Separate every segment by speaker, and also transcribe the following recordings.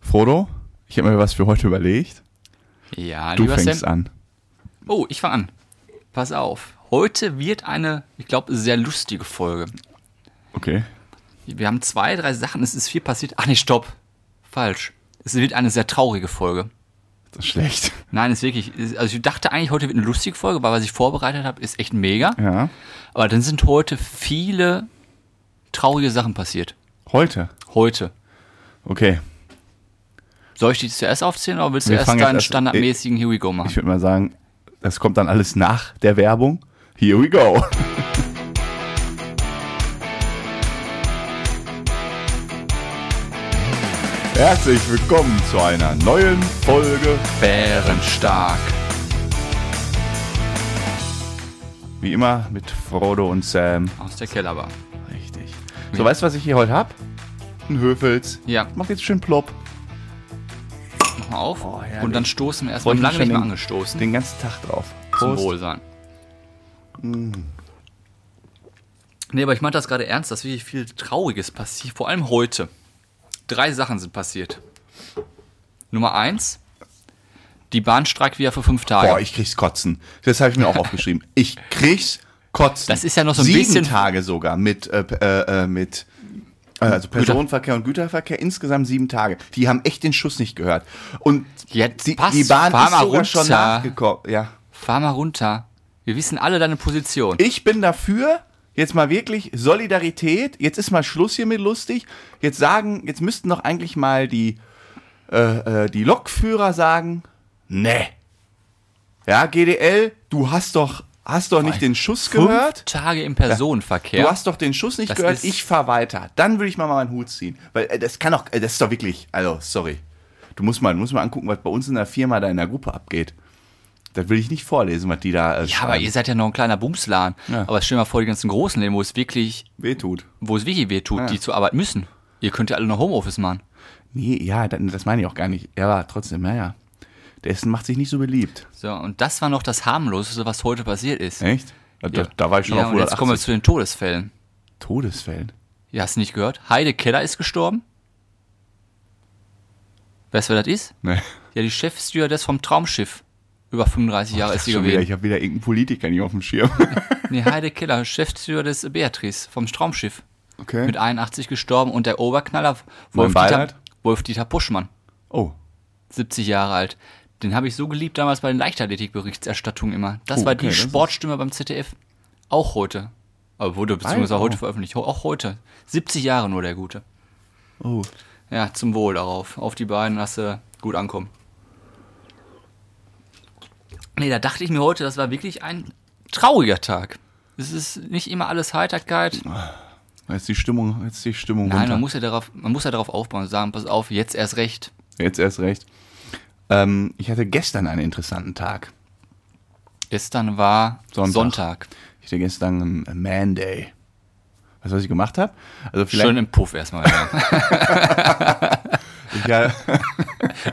Speaker 1: Frodo, ich habe mir was für heute überlegt.
Speaker 2: Ja,
Speaker 1: Du
Speaker 2: lieber
Speaker 1: fängst
Speaker 2: Sam.
Speaker 1: an.
Speaker 2: Oh, ich fange an. Pass auf. Heute wird eine, ich glaube, sehr lustige Folge.
Speaker 1: Okay.
Speaker 2: Wir haben zwei, drei Sachen, es ist viel passiert. Ach nee, stopp. Falsch. Es wird eine sehr traurige Folge.
Speaker 1: Das ist schlecht.
Speaker 2: Nein, ist wirklich. ist- Also ich dachte eigentlich, heute wird eine lustige Folge, weil was ich vorbereitet habe, ist echt mega.
Speaker 1: Ja.
Speaker 2: Aber dann sind heute viele traurige Sachen passiert.
Speaker 1: Heute.
Speaker 2: Heute.
Speaker 1: Okay.
Speaker 2: Soll ich die zuerst aufzählen oder willst du
Speaker 1: Wir
Speaker 2: erst
Speaker 1: fangen jetzt
Speaker 2: deinen
Speaker 1: erst-
Speaker 2: standardmäßigen Here We Go machen?
Speaker 1: Ich würde mal sagen, das kommt dann alles nach der Werbung. Here we go. Herzlich willkommen zu einer neuen Folge.
Speaker 2: Bärenstark.
Speaker 1: Wie immer mit Frodo und Sam.
Speaker 2: Aus der Kellerbar.
Speaker 1: Richtig. So, weißt du, was ich hier heute hab? Ein Höfels.
Speaker 2: Ja,
Speaker 1: Mach jetzt schön plopp.
Speaker 2: mach mal auf.
Speaker 1: Oh, herrlich.
Speaker 2: und dann stoßen wir erst
Speaker 1: Wollte
Speaker 2: mal
Speaker 1: ich
Speaker 2: lange
Speaker 1: schon
Speaker 2: nicht mehr
Speaker 1: den-
Speaker 2: angestoßen.
Speaker 1: Den ganzen Tag drauf.
Speaker 2: Zum
Speaker 1: Prost. Mm.
Speaker 2: Wohl sein. Nee, aber ich meinte das gerade ernst, dass wirklich viel Trauriges passiert, vor allem heute. Drei Sachen sind passiert. Nummer eins, die Bahn streikt wieder für fünf Tage.
Speaker 1: Boah, ich krieg's kotzen. Das habe ich mir auch aufgeschrieben. Ich krieg's kotzen.
Speaker 2: Das ist ja noch so ein
Speaker 1: Sieben
Speaker 2: bisschen-
Speaker 1: Tage sogar mit äh, äh, äh, mit äh, also Personenverkehr und Güterverkehr insgesamt sieben Tage. Die haben echt den Schuss nicht gehört. Und
Speaker 2: Jetzt
Speaker 1: die,
Speaker 2: pass,
Speaker 1: die Bahn
Speaker 2: fahr
Speaker 1: ist
Speaker 2: mal
Speaker 1: sogar schon
Speaker 2: runter.
Speaker 1: nachgekommen. Ja.
Speaker 2: Fahr mal runter. Wir wissen alle deine Position.
Speaker 1: Ich bin dafür. Jetzt mal wirklich Solidarität. Jetzt ist mal Schluss hier mit lustig. Jetzt sagen, jetzt müssten doch eigentlich mal die äh, äh, die Lokführer sagen, nee. Ja, GDL, du hast doch hast doch nicht den Schuss gehört.
Speaker 2: Fünf Tage im Personenverkehr.
Speaker 1: Du hast doch den Schuss nicht
Speaker 2: Das
Speaker 1: gehört,
Speaker 2: ist-
Speaker 1: ich fahr weiter. Dann würde ich mal meinen Hut ziehen. Weil äh, das kann doch, äh, das ist doch wirklich, also sorry. Du musst mal, du musst mal angucken, was bei uns in der Firma da in der Gruppe abgeht. Das will ich nicht vorlesen, was die da äh,
Speaker 2: ja, aber ihr seid ja noch ein kleiner Bumsladen.
Speaker 1: Ja.
Speaker 2: Aber stell dir mal vor, die ganzen Großen leben, wo es wirklich,
Speaker 1: wehtut.
Speaker 2: wo es wirklich wehtut, die zur Arbeit müssen. Ihr könnt ja alle noch Homeoffice machen.
Speaker 1: Nee, ja, das, das meine ich auch gar nicht. Ja, aber trotzdem, naja. Der Essen macht sich nicht so beliebt.
Speaker 2: So, und das war noch das harmloseste, was heute passiert ist.
Speaker 1: Echt? Da, da, da war ich schon
Speaker 2: ja,
Speaker 1: auf
Speaker 2: und jetzt kommen wir
Speaker 1: 180.
Speaker 2: zu den Todesfällen.
Speaker 1: Todesfällen.
Speaker 2: Ja, hast du nicht gehört? Heide Keller ist gestorben. Weißt du, wer das ist?
Speaker 1: Nee.
Speaker 2: Ja, die Chefstewardess vom Traumschiff. Über 35 Jahre ist sie
Speaker 1: Schon wieder,
Speaker 2: gewesen.
Speaker 1: ich habe wieder irgendeinen Politiker nicht auf dem Schirm.
Speaker 2: Nee, Heide Keller, Chefstewardess Beatrice vom Traumschiff.
Speaker 1: Okay.
Speaker 2: Mit 81 gestorben und der Oberknaller
Speaker 1: Mein
Speaker 2: Wolf-Dieter
Speaker 1: Beileid.
Speaker 2: Wolf -Dieter Puschmann,
Speaker 1: Oh,
Speaker 2: 70 Jahre alt. Den habe ich so geliebt damals bei den Leichtathletik-Berichterstattungen immer. Das
Speaker 1: Oh,
Speaker 2: war
Speaker 1: okay,
Speaker 2: die
Speaker 1: das ist-
Speaker 2: Sportstimme beim ZDF. Auch heute. Aber wurde beziehungsweise
Speaker 1: Alter,
Speaker 2: heute
Speaker 1: oh.
Speaker 2: veröffentlicht. Ho- Auch heute. 70 Jahre nur der Gute.
Speaker 1: oh.
Speaker 2: Ja, zum Wohl darauf. Auf die beiden lasse gut ankommen. Nee, da dachte ich mir heute, das war wirklich ein trauriger Tag. Es ist nicht immer alles Heiterkeit.
Speaker 1: Jetzt die Stimmung, jetzt die Stimmung
Speaker 2: Nein,
Speaker 1: runter.
Speaker 2: man muss ja darauf, man muss ja darauf aufbauen und sagen, pass auf, jetzt erst recht.
Speaker 1: Jetzt erst recht. Ähm, ich hatte gestern einen interessanten Tag.
Speaker 2: Gestern war
Speaker 1: Sonntag.
Speaker 2: Sonntag.
Speaker 1: Ich hatte gestern einen Man Day. Weißt du, was ich gemacht habe? Also vielleicht.
Speaker 2: Schön im Puff erstmal.
Speaker 1: Ich,
Speaker 2: Ja.
Speaker 1: ja,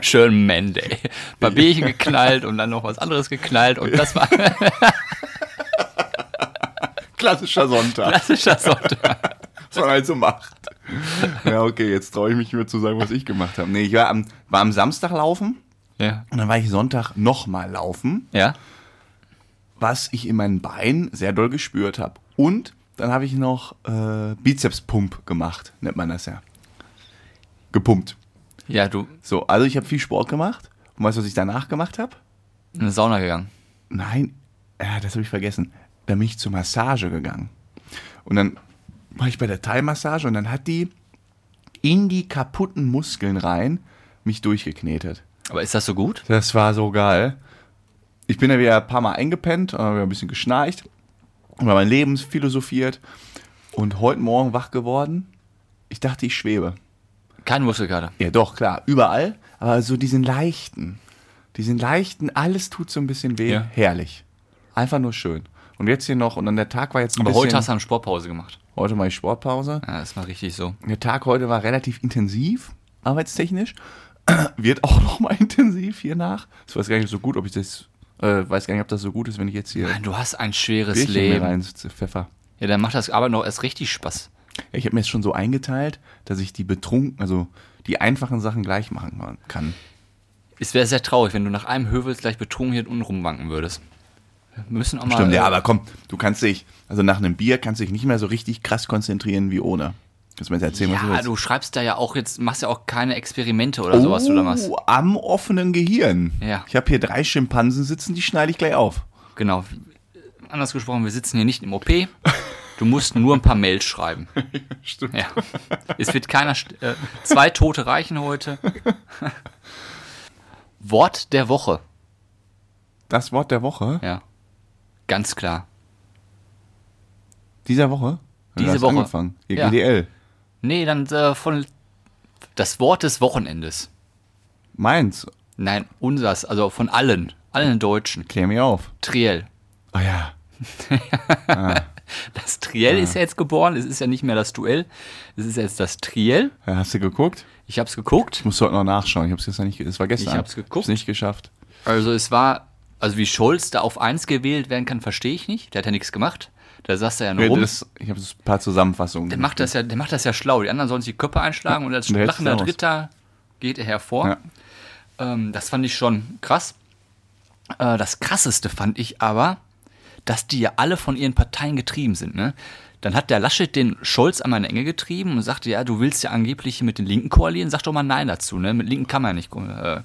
Speaker 2: Schön Monday. Barbierchen geknallt und dann noch was anderes geknallt und das war ein
Speaker 1: klassischer Sonntag,
Speaker 2: klassischer Sonntag.
Speaker 1: was man halt so macht. Ja, okay, jetzt traue ich mich mir zu sagen, was ich gemacht habe. Nee, ich war am, war am Samstag laufen
Speaker 2: Ja.
Speaker 1: und dann war ich Sonntag nochmal laufen,
Speaker 2: Ja?
Speaker 1: was ich in meinen Beinen sehr doll gespürt habe. Und dann habe ich noch äh, Bizeps-Pump gemacht, nennt man das ja. Gepumpt.
Speaker 2: Ja, du,
Speaker 1: So, also ich habe viel Sport gemacht. Und weißt du, was ich danach gemacht habe?
Speaker 2: in eine Sauna gegangen.
Speaker 1: Nein, ja, das habe ich vergessen. Da bin ich zur Massage gegangen. Und dann war ich bei der Thai-Massage und dann hat die in die kaputten Muskeln rein mich durchgeknetet.
Speaker 2: Aber ist das so gut?
Speaker 1: Das war so geil. Ich bin ja wieder ein paar Mal eingepennt, äh, wieder ein bisschen geschnarcht, über mein Leben philosophiert und heute Morgen wach geworden. Ich dachte, ich schwebe.
Speaker 2: Keine Muskelkater.
Speaker 1: Ja, doch, klar. Überall. Aber so diesen leichten. Diesen leichten, alles tut so ein bisschen weh.
Speaker 2: Ja.
Speaker 1: Herrlich. Einfach nur schön. Und jetzt hier noch, und dann der Tag war jetzt ein
Speaker 2: Aber
Speaker 1: bisschen.
Speaker 2: heute hast du eine Sportpause gemacht.
Speaker 1: heute mache ich Sportpause.
Speaker 2: Ja, das war richtig so.
Speaker 1: Der Tag heute war relativ intensiv, arbeitstechnisch. Wird auch nochmal intensiv hier nach. Ich weiß gar nicht so gut, ob ich das. Äh, weiß gar nicht, ob das so gut ist, wenn ich jetzt hier
Speaker 2: Mann, du hast ein schweres
Speaker 1: Bierchen mir
Speaker 2: Leben.
Speaker 1: rein pfeffer.
Speaker 2: Ja, dann macht das Arbeit noch erst richtig Spaß.
Speaker 1: Ich habe mir jetzt schon so eingeteilt, dass ich die betrunken, also die einfachen Sachen gleich machen kann.
Speaker 2: Es wäre sehr traurig, wenn du nach einem Hövel gleich betrunken hier unten rumwanken würdest. Wir müssen auch mal.
Speaker 1: Stimmt, ja,
Speaker 2: äh,
Speaker 1: aber komm, du kannst dich, also nach einem Bier kannst du dich nicht mehr so richtig krass konzentrieren wie ohne. Kannst du mir jetzt erzählen, was du
Speaker 2: äh, ja,
Speaker 1: willst?
Speaker 2: du schreibst da ja auch jetzt, machst ja auch keine Experimente oder sowas, du da machst.
Speaker 1: Oh, am offenen Gehirn.
Speaker 2: Ja.
Speaker 1: Ich habe hier drei Schimpansen sitzen, die schneide ich gleich auf.
Speaker 2: Genau. Anders gesprochen, wir sitzen hier nicht im OP. Du musst nur ein paar Mails schreiben.
Speaker 1: Stimmt.
Speaker 2: Ja. Es wird keiner. st- Äh, zwei Tote reichen heute. Wort der Woche.
Speaker 1: Das Wort der Woche,
Speaker 2: Ja. Ganz klar.
Speaker 1: dieser Woche?
Speaker 2: Diese
Speaker 1: Du hast
Speaker 2: Woche.
Speaker 1: Angefangen. Ihr
Speaker 2: Ja.
Speaker 1: GDL.
Speaker 2: Nee, dann äh, von. Das Wort des Wochenendes.
Speaker 1: Meins.
Speaker 2: Nein, unsers, also von allen. Allen Deutschen.
Speaker 1: Klär mich auf.
Speaker 2: Triell.
Speaker 1: Ah ja.
Speaker 2: Das
Speaker 1: Ah.
Speaker 2: Triell ist ja jetzt geboren. Es ist ja nicht mehr das Duell. Es ist jetzt das Triell.
Speaker 1: Ja, Hast du geguckt?
Speaker 2: Ich hab's geguckt.
Speaker 1: Ich muss heute noch nachschauen. Ich hab's gestern nicht, ge- es war gestern.
Speaker 2: Ich hab's geguckt.
Speaker 1: Hab's nicht geschafft.
Speaker 2: Also es war, also wie Scholz da auf eins gewählt werden kann, verstehe ich nicht. Der hat ja nichts gemacht. Da saß er ja nur
Speaker 1: Ja,
Speaker 2: rum.
Speaker 1: das, ich habe ein paar Zusammenfassungen.
Speaker 2: der macht das ja, der macht das ja schlau. Die anderen sollen sich die Köpfe einschlagen und als
Speaker 1: Der hält's
Speaker 2: lachender
Speaker 1: raus.
Speaker 2: Dritter geht er hervor.
Speaker 1: Ja.
Speaker 2: Ähm, das fand ich schon krass. Äh, das krasseste fand ich aber, dass die ja alle von ihren Parteien getrieben sind. Ne? Dann hat der Laschet den Scholz an meine Enge getrieben und sagte, ja, du willst ja angeblich hier mit den Linken koalieren. Sag doch mal Nein dazu. Ne? Mit Linken kann man nicht ko- äh,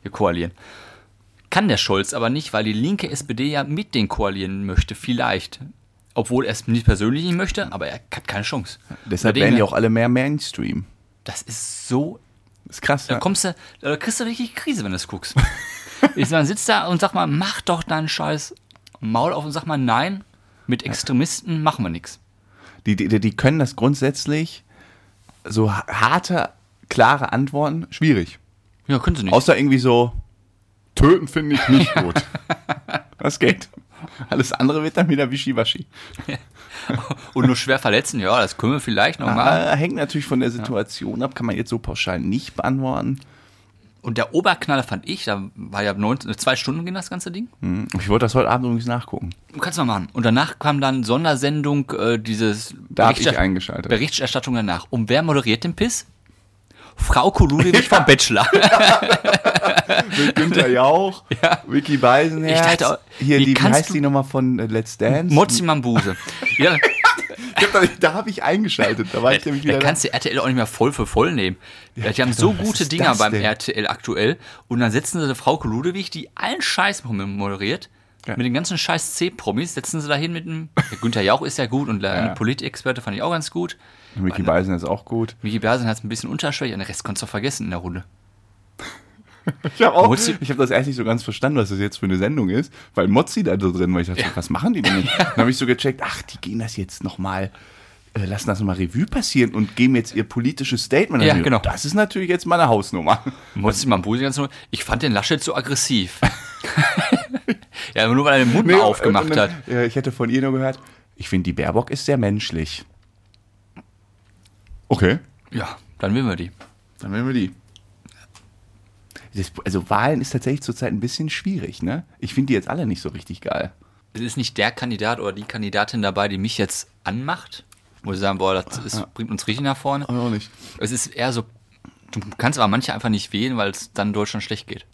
Speaker 2: hier koalieren. Kann der Scholz aber nicht, weil die linke SPD ja mit denen koalieren möchte, vielleicht. Obwohl er es nicht persönlich nicht möchte, aber er hat keine Chance.
Speaker 1: Deshalb
Speaker 2: Bei dem
Speaker 1: werden die
Speaker 2: her-
Speaker 1: auch alle mehr Mainstream.
Speaker 2: Das ist so
Speaker 1: Ist krass.
Speaker 2: da
Speaker 1: Ne?
Speaker 2: kommst du, da kriegst du wirklich Krise, wenn du es guckst. ich dann sitzt da und sag mal, mach doch deinen Scheiß Maul auf und sag mal, nein, mit Extremisten machen wir nichts.
Speaker 1: Die, die, die- die können das grundsätzlich so ha- harte, klare Antworten schwierig.
Speaker 2: Ja, können sie nicht.
Speaker 1: Außer irgendwie so töten finde ich nicht gut. Das geht. Alles andere wird dann wieder wischiwaschi.
Speaker 2: und nur schwer verletzen, ja, das können wir vielleicht noch mal.
Speaker 1: Ah, hängt natürlich von der Situation ab, kann man jetzt so pauschal nicht beantworten.
Speaker 2: Und der Oberknaller fand ich, da war ja 19, zwei Stunden ging das ganze Ding.
Speaker 1: Hm, Ich wollte das heute Abend übrigens nachgucken.
Speaker 2: Kannst du mal machen. Und danach kam dann Sondersendung, äh, dieses
Speaker 1: Da hab ich
Speaker 2: Berichterst-
Speaker 1: eingeschaltet.
Speaker 2: Berichterstattung danach. Und wer moderiert den Piss? Frau Koludewig vom Bachelor.
Speaker 1: Günther Jauch,
Speaker 2: Ja.
Speaker 1: Vicky Beisenherz,
Speaker 2: Ich dachte auch,
Speaker 1: hier
Speaker 2: wie
Speaker 1: die, wie
Speaker 2: kannst
Speaker 1: heißt
Speaker 2: du-
Speaker 1: die nochmal von äh, Let's Dance?
Speaker 2: Mozzi Mambuse. Ja,
Speaker 1: Ich hab da, da habe ich eingeschaltet, da war ich nämlich
Speaker 2: Äh, Da
Speaker 1: wieder
Speaker 2: kannst du RTL auch nicht mehr voll für voll nehmen. die haben so
Speaker 1: genau. was
Speaker 2: gute
Speaker 1: ist
Speaker 2: Dinger
Speaker 1: das
Speaker 2: beim
Speaker 1: denn?
Speaker 2: RTL aktuell. Und dann setzen sie eine Frau Ludewig, die allen Scheiß moderiert,
Speaker 1: Ja.
Speaker 2: mit den ganzen Scheiß C-Promis, setzen sie dahin mit einem. Der Günther Jauch ist ja gut und der
Speaker 1: Ja.
Speaker 2: Politexperte fand ich auch ganz gut.
Speaker 1: da. Vicky Beisenherz ist auch gut.
Speaker 2: Michi Bersen hat es ein bisschen unterschwellig, und den Rest konntest du vergessen in der Runde.
Speaker 1: Ich habe auch,
Speaker 2: Mozzi-
Speaker 1: ich habe das erst nicht so ganz verstanden, was das jetzt für eine Sendung ist, weil Mozzi da so drin war. Ich dachte, was machen die denn? jetzt? Dann habe ich so gecheckt, ach, die gehen das jetzt nochmal, äh, lassen das nochmal Revue passieren und geben jetzt ihr politisches Statement. Dann
Speaker 2: Ja,
Speaker 1: hab ich
Speaker 2: genau.
Speaker 1: gedacht, Das ist natürlich jetzt meine Hausnummer.
Speaker 2: Mozzi Mambuse ganz nur. Ich fand den Laschet so aggressiv. ja, nur weil er den Mund mal aufgemacht
Speaker 1: und dann,
Speaker 2: hat.
Speaker 1: äh, Ich hätte von ihr nur gehört, ich finde, die Baerbock ist sehr menschlich. Okay,
Speaker 2: Ja, dann will wir die.
Speaker 1: dann nehmen wir die. Das, also Wahlen ist tatsächlich zurzeit ein bisschen schwierig, ne? Ich finde die jetzt alle nicht so richtig geil.
Speaker 2: es ist nicht der Kandidat oder die Kandidatin dabei, die mich jetzt anmacht, wo sie sagen, boah, das ist, bringt uns richtig nach vorne.
Speaker 1: Aber auch nicht.
Speaker 2: Es ist eher so, du kannst aber manche einfach nicht wählen, weil es dann Deutschland schlecht geht.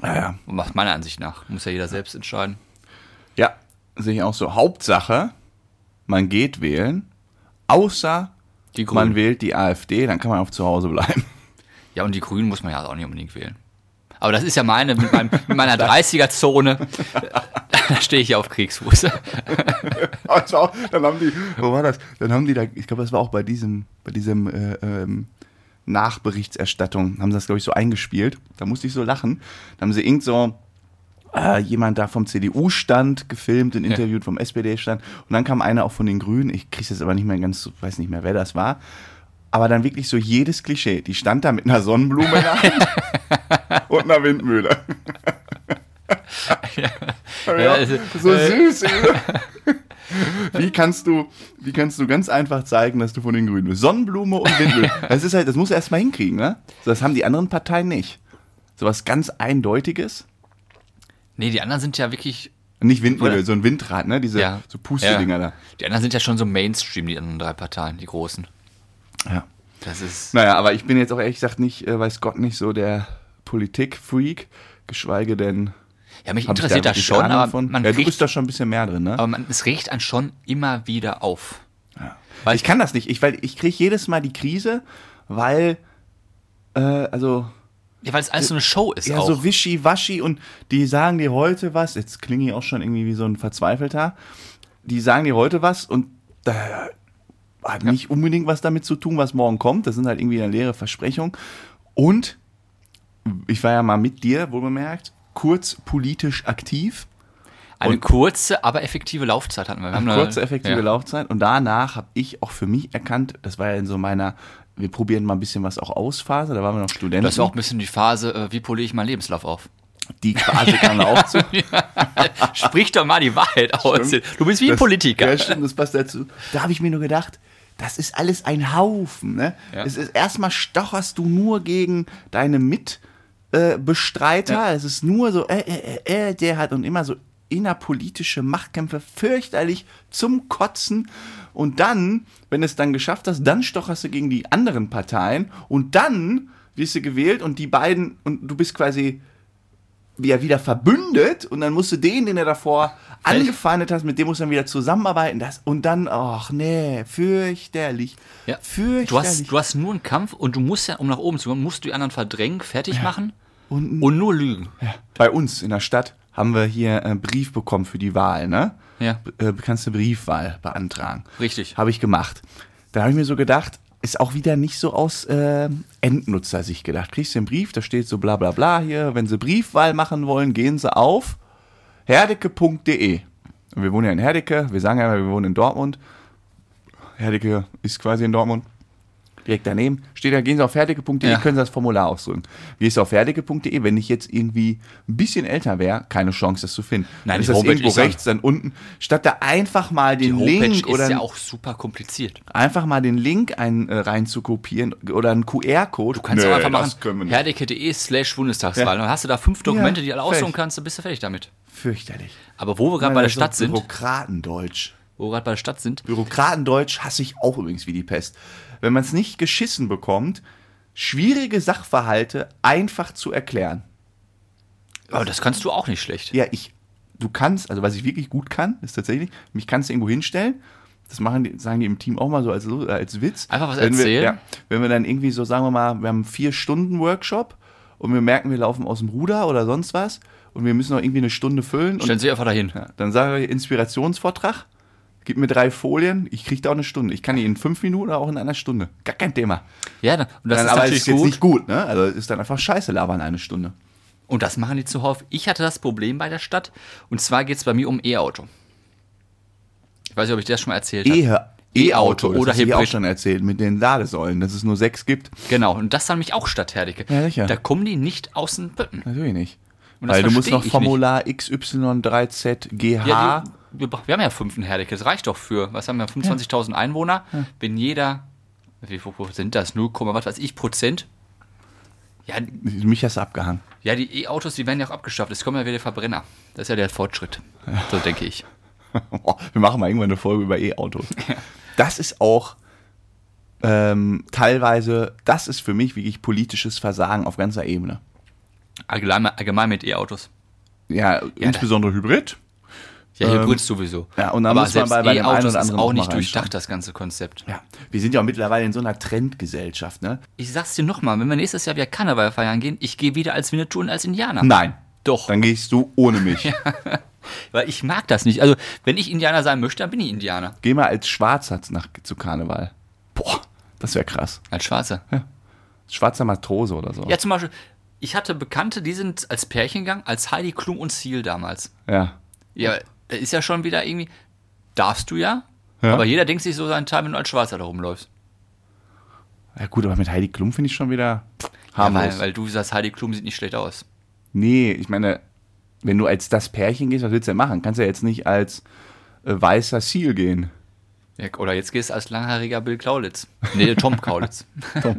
Speaker 1: Naja,
Speaker 2: Und macht meiner Ansicht nach. Muss ja jeder selbst entscheiden.
Speaker 1: Ja, sehe ich auch so. Hauptsache, man geht wählen, außer
Speaker 2: Die
Speaker 1: man
Speaker 2: Grünen.
Speaker 1: wählt die AfD, dann kann man auch zu Hause bleiben.
Speaker 2: Ja, und die Grünen muss man ja auch nicht unbedingt wählen. Aber das ist ja meine, mit, meinem, mit meiner 30er-Zone, da stehe ich ja auf Kriegsfuß.
Speaker 1: Also, dann haben die, wo war das? Dann haben die da, ich glaube, das war auch bei diesem, bei diesem äh, ähm, Nachberichtserstattung, haben sie das, glaube ich, so eingespielt. Da musste ich so lachen. Da haben sie irgend so äh, jemand da vom CDU-Stand gefilmt und interviewt vom SPD-Stand. Und dann kam einer auch von den Grünen, ich kriege jetzt aber nicht mehr ganz, weiß nicht mehr, wer das war. Aber dann wirklich so jedes Klischee. Die stand da mit einer Sonnenblume in der Hand und einer Windmühle.
Speaker 2: Ja, es-
Speaker 1: so süß. Äh, wie kannst du, wie kannst du ganz einfach zeigen, dass du von den Grünen bist? Sonnenblume und Windmühle. Das ist halt, das musst du erstmal hinkriegen, ne? So, Das haben die anderen Parteien nicht. So was ganz Eindeutiges.
Speaker 2: Nee, die anderen sind ja wirklich
Speaker 1: Nicht Windmühle,
Speaker 2: Oder?
Speaker 1: so ein Windrad, ne? Diese
Speaker 2: Ja.
Speaker 1: so Pustedinger
Speaker 2: ja. Die anderen sind ja schon so Mainstream, die anderen drei Parteien, die großen.
Speaker 1: da. Ja.
Speaker 2: Das ist.
Speaker 1: Naja, aber ich bin jetzt auch ehrlich gesagt nicht, äh, weiß Gott, nicht so der Politik-Freak, geschweige denn.
Speaker 2: Ja, mich
Speaker 1: hab ich
Speaker 2: interessiert das
Speaker 1: wirklich
Speaker 2: schon,
Speaker 1: Ahnung
Speaker 2: aber
Speaker 1: von.
Speaker 2: man,
Speaker 1: ja, du
Speaker 2: riecht,
Speaker 1: bist da schon ein bisschen mehr drin, ne?
Speaker 2: aber man, es riecht einen schon immer wieder auf.
Speaker 1: Weil Also ich kann das nicht, ich, weil ich kriege jedes Mal die Krise, weil, äh, also,
Speaker 2: Ja, weil es alles so eine Show ist
Speaker 1: ja,
Speaker 2: auch.
Speaker 1: so wischiwaschi und die sagen dir heute was, jetzt klinge ich auch schon irgendwie wie so ein Verzweifelter, die sagen dir heute was und da hat nicht unbedingt was damit zu tun, was morgen kommt, das sind halt irgendwie eine leere Versprechung und ich war ja mal mit dir, wohlbemerkt, kurz politisch aktiv,
Speaker 2: eine
Speaker 1: und-
Speaker 2: kurze, aber effektive Laufzeit hatten wir. wir haben eine-
Speaker 1: kurze effektive
Speaker 2: ja.
Speaker 1: Laufzeit und danach habe ich auch für mich erkannt, das war ja in so meiner wir probieren mal ein bisschen was auch aus Phase, da waren wir noch Studenten.
Speaker 2: Das war auch ein bisschen die Phase, äh, wie poliere ich meinen Lebenslauf auf?
Speaker 1: die Phase kam auch zu.
Speaker 2: Sprich doch mal die Wahrheit aus.
Speaker 1: Ah. Stimmt.
Speaker 2: Du bist wie ein
Speaker 1: das,
Speaker 2: Politiker.
Speaker 1: Ja, stimmt, das passt dazu. Da habe ich mir nur gedacht, das ist alles ein Haufen. Ne?
Speaker 2: Ja.
Speaker 1: Es ist erstmal stocherst du nur gegen deine Mitbestreiter. Äh, Bestreiter. Es ist nur so, äh, äh, äh, äh, der hat und immer so innerpolitische Machtkämpfe fürchterlich zum Kotzen. Und dann, wenn du es dann geschafft hast, dann stocherst du gegen die anderen Parteien und dann wirst du gewählt und die beiden und du bist quasi ja wieder verbündet und dann musst du den, den er davor angefeindet hast, mit dem musst du dann wieder zusammenarbeiten. Das, und dann, ach nee, fürchterlich.
Speaker 2: Ja.
Speaker 1: Fürchterlich.
Speaker 2: Du hast, du hast nur einen Kampf und du musst ja, um nach oben zu kommen, musst du die anderen verdrängen, fertig machen
Speaker 1: Und-
Speaker 2: und, nur lügen.
Speaker 1: Bei uns in der Stadt haben wir hier einen Brief bekommen für die Wahl, ne?
Speaker 2: Ja.
Speaker 1: B äh, kannst du Briefwahl beantragen.
Speaker 2: Richtig.
Speaker 1: Habe ich gemacht. Da habe ich mir so gedacht, ist auch wieder nicht so aus äh, Endnutzersicht gedacht. Kriegst du den Brief, da steht so bla bla bla hier, wenn sie Briefwahl machen wollen, gehen sie auf herdecke.de. Und wir wohnen ja in Herdecke, wir sagen ja immer, wir wohnen in Dortmund. Herdecke ist quasi in Dortmund. Direkt daneben steht da, gehen Sie auf herdecke.de,
Speaker 2: Ja.
Speaker 1: können Sie das Formular ausdrücken. Gehst du auf herdecke.de, wenn ich jetzt irgendwie ein bisschen älter wäre, keine Chance, das zu finden.
Speaker 2: Nein,
Speaker 1: Dann
Speaker 2: die
Speaker 1: ist das
Speaker 2: Homepage
Speaker 1: irgendwo
Speaker 2: ist ja-
Speaker 1: rechts, dann unten. Statt da einfach mal den
Speaker 2: Homepage
Speaker 1: Link oder
Speaker 2: ist ja
Speaker 1: ein-
Speaker 2: auch super kompliziert.
Speaker 1: einfach mal den Link ein, äh, rein zu kopieren oder einen QR-Code.
Speaker 2: Du kannst auch einfach
Speaker 1: Das können wir
Speaker 2: machen,
Speaker 1: nicht.
Speaker 2: herdecke.de E slash Bundestagswahl.
Speaker 1: Ja.
Speaker 2: Dann hast du da fünf Dokumente,
Speaker 1: Ja,
Speaker 2: die du alle aussuchen
Speaker 1: fertig.
Speaker 2: kannst, dann bist du fertig damit.
Speaker 1: Fürchterlich.
Speaker 2: Aber wo wir gerade bei der
Speaker 1: So
Speaker 2: Stadt sind,
Speaker 1: Bürokratendeutsch.
Speaker 2: wo wir gerade bei der Stadt sind,
Speaker 1: Bürokratendeutsch hasse ich auch übrigens wie die Pest. Wenn man es nicht geschissen bekommt, schwierige Sachverhalte einfach zu erklären.
Speaker 2: aber oh, das kannst du auch nicht schlecht.
Speaker 1: Ja, ich, du kannst, also was ich wirklich gut kann, ist tatsächlich, mich kannst du irgendwo hinstellen. Das machen die, sagen die im Team auch mal so als, Lu- äh, als Witz.
Speaker 2: Einfach was
Speaker 1: wenn Wir,
Speaker 2: erzählen?
Speaker 1: ja, wenn wir dann irgendwie so, sagen wir mal, wir haben einen vier Stunden Workshop und wir merken, wir laufen aus dem Ruder oder sonst was und wir müssen noch irgendwie eine Stunde füllen. Und
Speaker 2: Stellen Sie einfach dahin.
Speaker 1: ja, dann sage ich Inspirationsvortrag, gib mir drei Folien, ich kriege da auch eine Stunde. Ich kann die in fünf Minuten oder auch in einer Stunde. Gar kein Thema.
Speaker 2: Ja, dann, und das
Speaker 1: dann, aber
Speaker 2: ist
Speaker 1: es
Speaker 2: natürlich
Speaker 1: ist jetzt
Speaker 2: gut.
Speaker 1: nicht gut, ne? Also es ist dann einfach scheiße labern eine Stunde.
Speaker 2: Und das machen die zuhauf. Ich hatte das Problem bei der Stadt. Und zwar geht es bei mir um E-Auto. Ich weiß nicht, ob ich das schon mal erzählt habe.
Speaker 1: E- E-Auto
Speaker 2: oder
Speaker 1: oder Hybrid. auch
Speaker 2: Hybrid.
Speaker 1: schon erzählt mit den Ladesäulen, dass es nur sechs gibt.
Speaker 2: Genau. Und das dann mich auch Stadt Herdecke.
Speaker 1: Ja, sicher.
Speaker 2: Da kommen die nicht aus den Pötten.
Speaker 1: Natürlich nicht.
Speaker 2: Und das
Speaker 1: Weil du musst
Speaker 2: verstehe
Speaker 1: noch
Speaker 2: ich
Speaker 1: Formular XY3ZGH.
Speaker 2: Ja, die, wir, bra- wir haben ja fünf in Herdecke. Das reicht doch für, was haben wir, 25.000 Einwohner. Wenn jeder, wie viel sind das? 0, was weiß ich, Prozent? Ja,
Speaker 1: Mich hast du abgehangen.
Speaker 2: ja die E-Autos, die werden ja auch abgeschafft. Es kommen ja wieder Verbrenner. Das ist ja der Fortschritt. So denke ich.
Speaker 1: Wir machen mal irgendwann eine Folge über E-Autos. Das ist auch ähm, teilweise, das ist für mich wirklich politisches Versagen auf ganzer Ebene.
Speaker 2: Allgemein, allgemein mit E-Autos.
Speaker 1: Ja, insbesondere Hybrid.
Speaker 2: Ja,
Speaker 1: Ähm,
Speaker 2: Hybrid sowieso.
Speaker 1: ja, und dann muss man
Speaker 2: selbst
Speaker 1: bei- bei dem einen
Speaker 2: E-Autos
Speaker 1: oder
Speaker 2: ist
Speaker 1: anderen
Speaker 2: auch
Speaker 1: noch mal
Speaker 2: nicht
Speaker 1: reinschauen.
Speaker 2: durchdacht, das ganze Konzept.
Speaker 1: Ja, wir sind ja auch mittlerweile in so einer Trendgesellschaft, ne?
Speaker 2: Ich sag's dir nochmal, wenn wir nächstes Jahr wieder Karneval feiern gehen, ich gehe wieder als Winnetou und als Indianer.
Speaker 1: Nein.
Speaker 2: Doch.
Speaker 1: Dann gehst du ohne mich.
Speaker 2: Weil ich mag das nicht. Also, wenn ich Indianer sein möchte, dann bin ich Indianer.
Speaker 1: Geh mal als Schwarzer nach, zu Karneval. Boah, das wäre krass.
Speaker 2: Als Schwarzer.
Speaker 1: Schwarzer Matrose oder so.
Speaker 2: Ja, zum Beispiel, ich hatte Bekannte, die sind als Pärchen gegangen, als Heidi Klum und Seal damals.
Speaker 1: Ja.
Speaker 2: Ja, da ist ja schon wieder irgendwie, darfst du ja,
Speaker 1: Ja.
Speaker 2: aber jeder denkt sich so seinen Teil, wenn du als Schwarzer da rumläufst.
Speaker 1: Ja gut, aber mit Heidi Klum finde ich schon wieder
Speaker 2: Ja,
Speaker 1: harmlos.
Speaker 2: weil, weil du sagst, Heidi Klum sieht nicht schlecht aus.
Speaker 1: nee, ich meine, wenn du als das Pärchen gehst, was willst du denn machen? Kannst ja jetzt nicht als äh, weißer Seal gehen.
Speaker 2: Ja, oder jetzt gehst du als langhaariger Bill Kaulitz. Nee, Tom Kaulitz. Tom.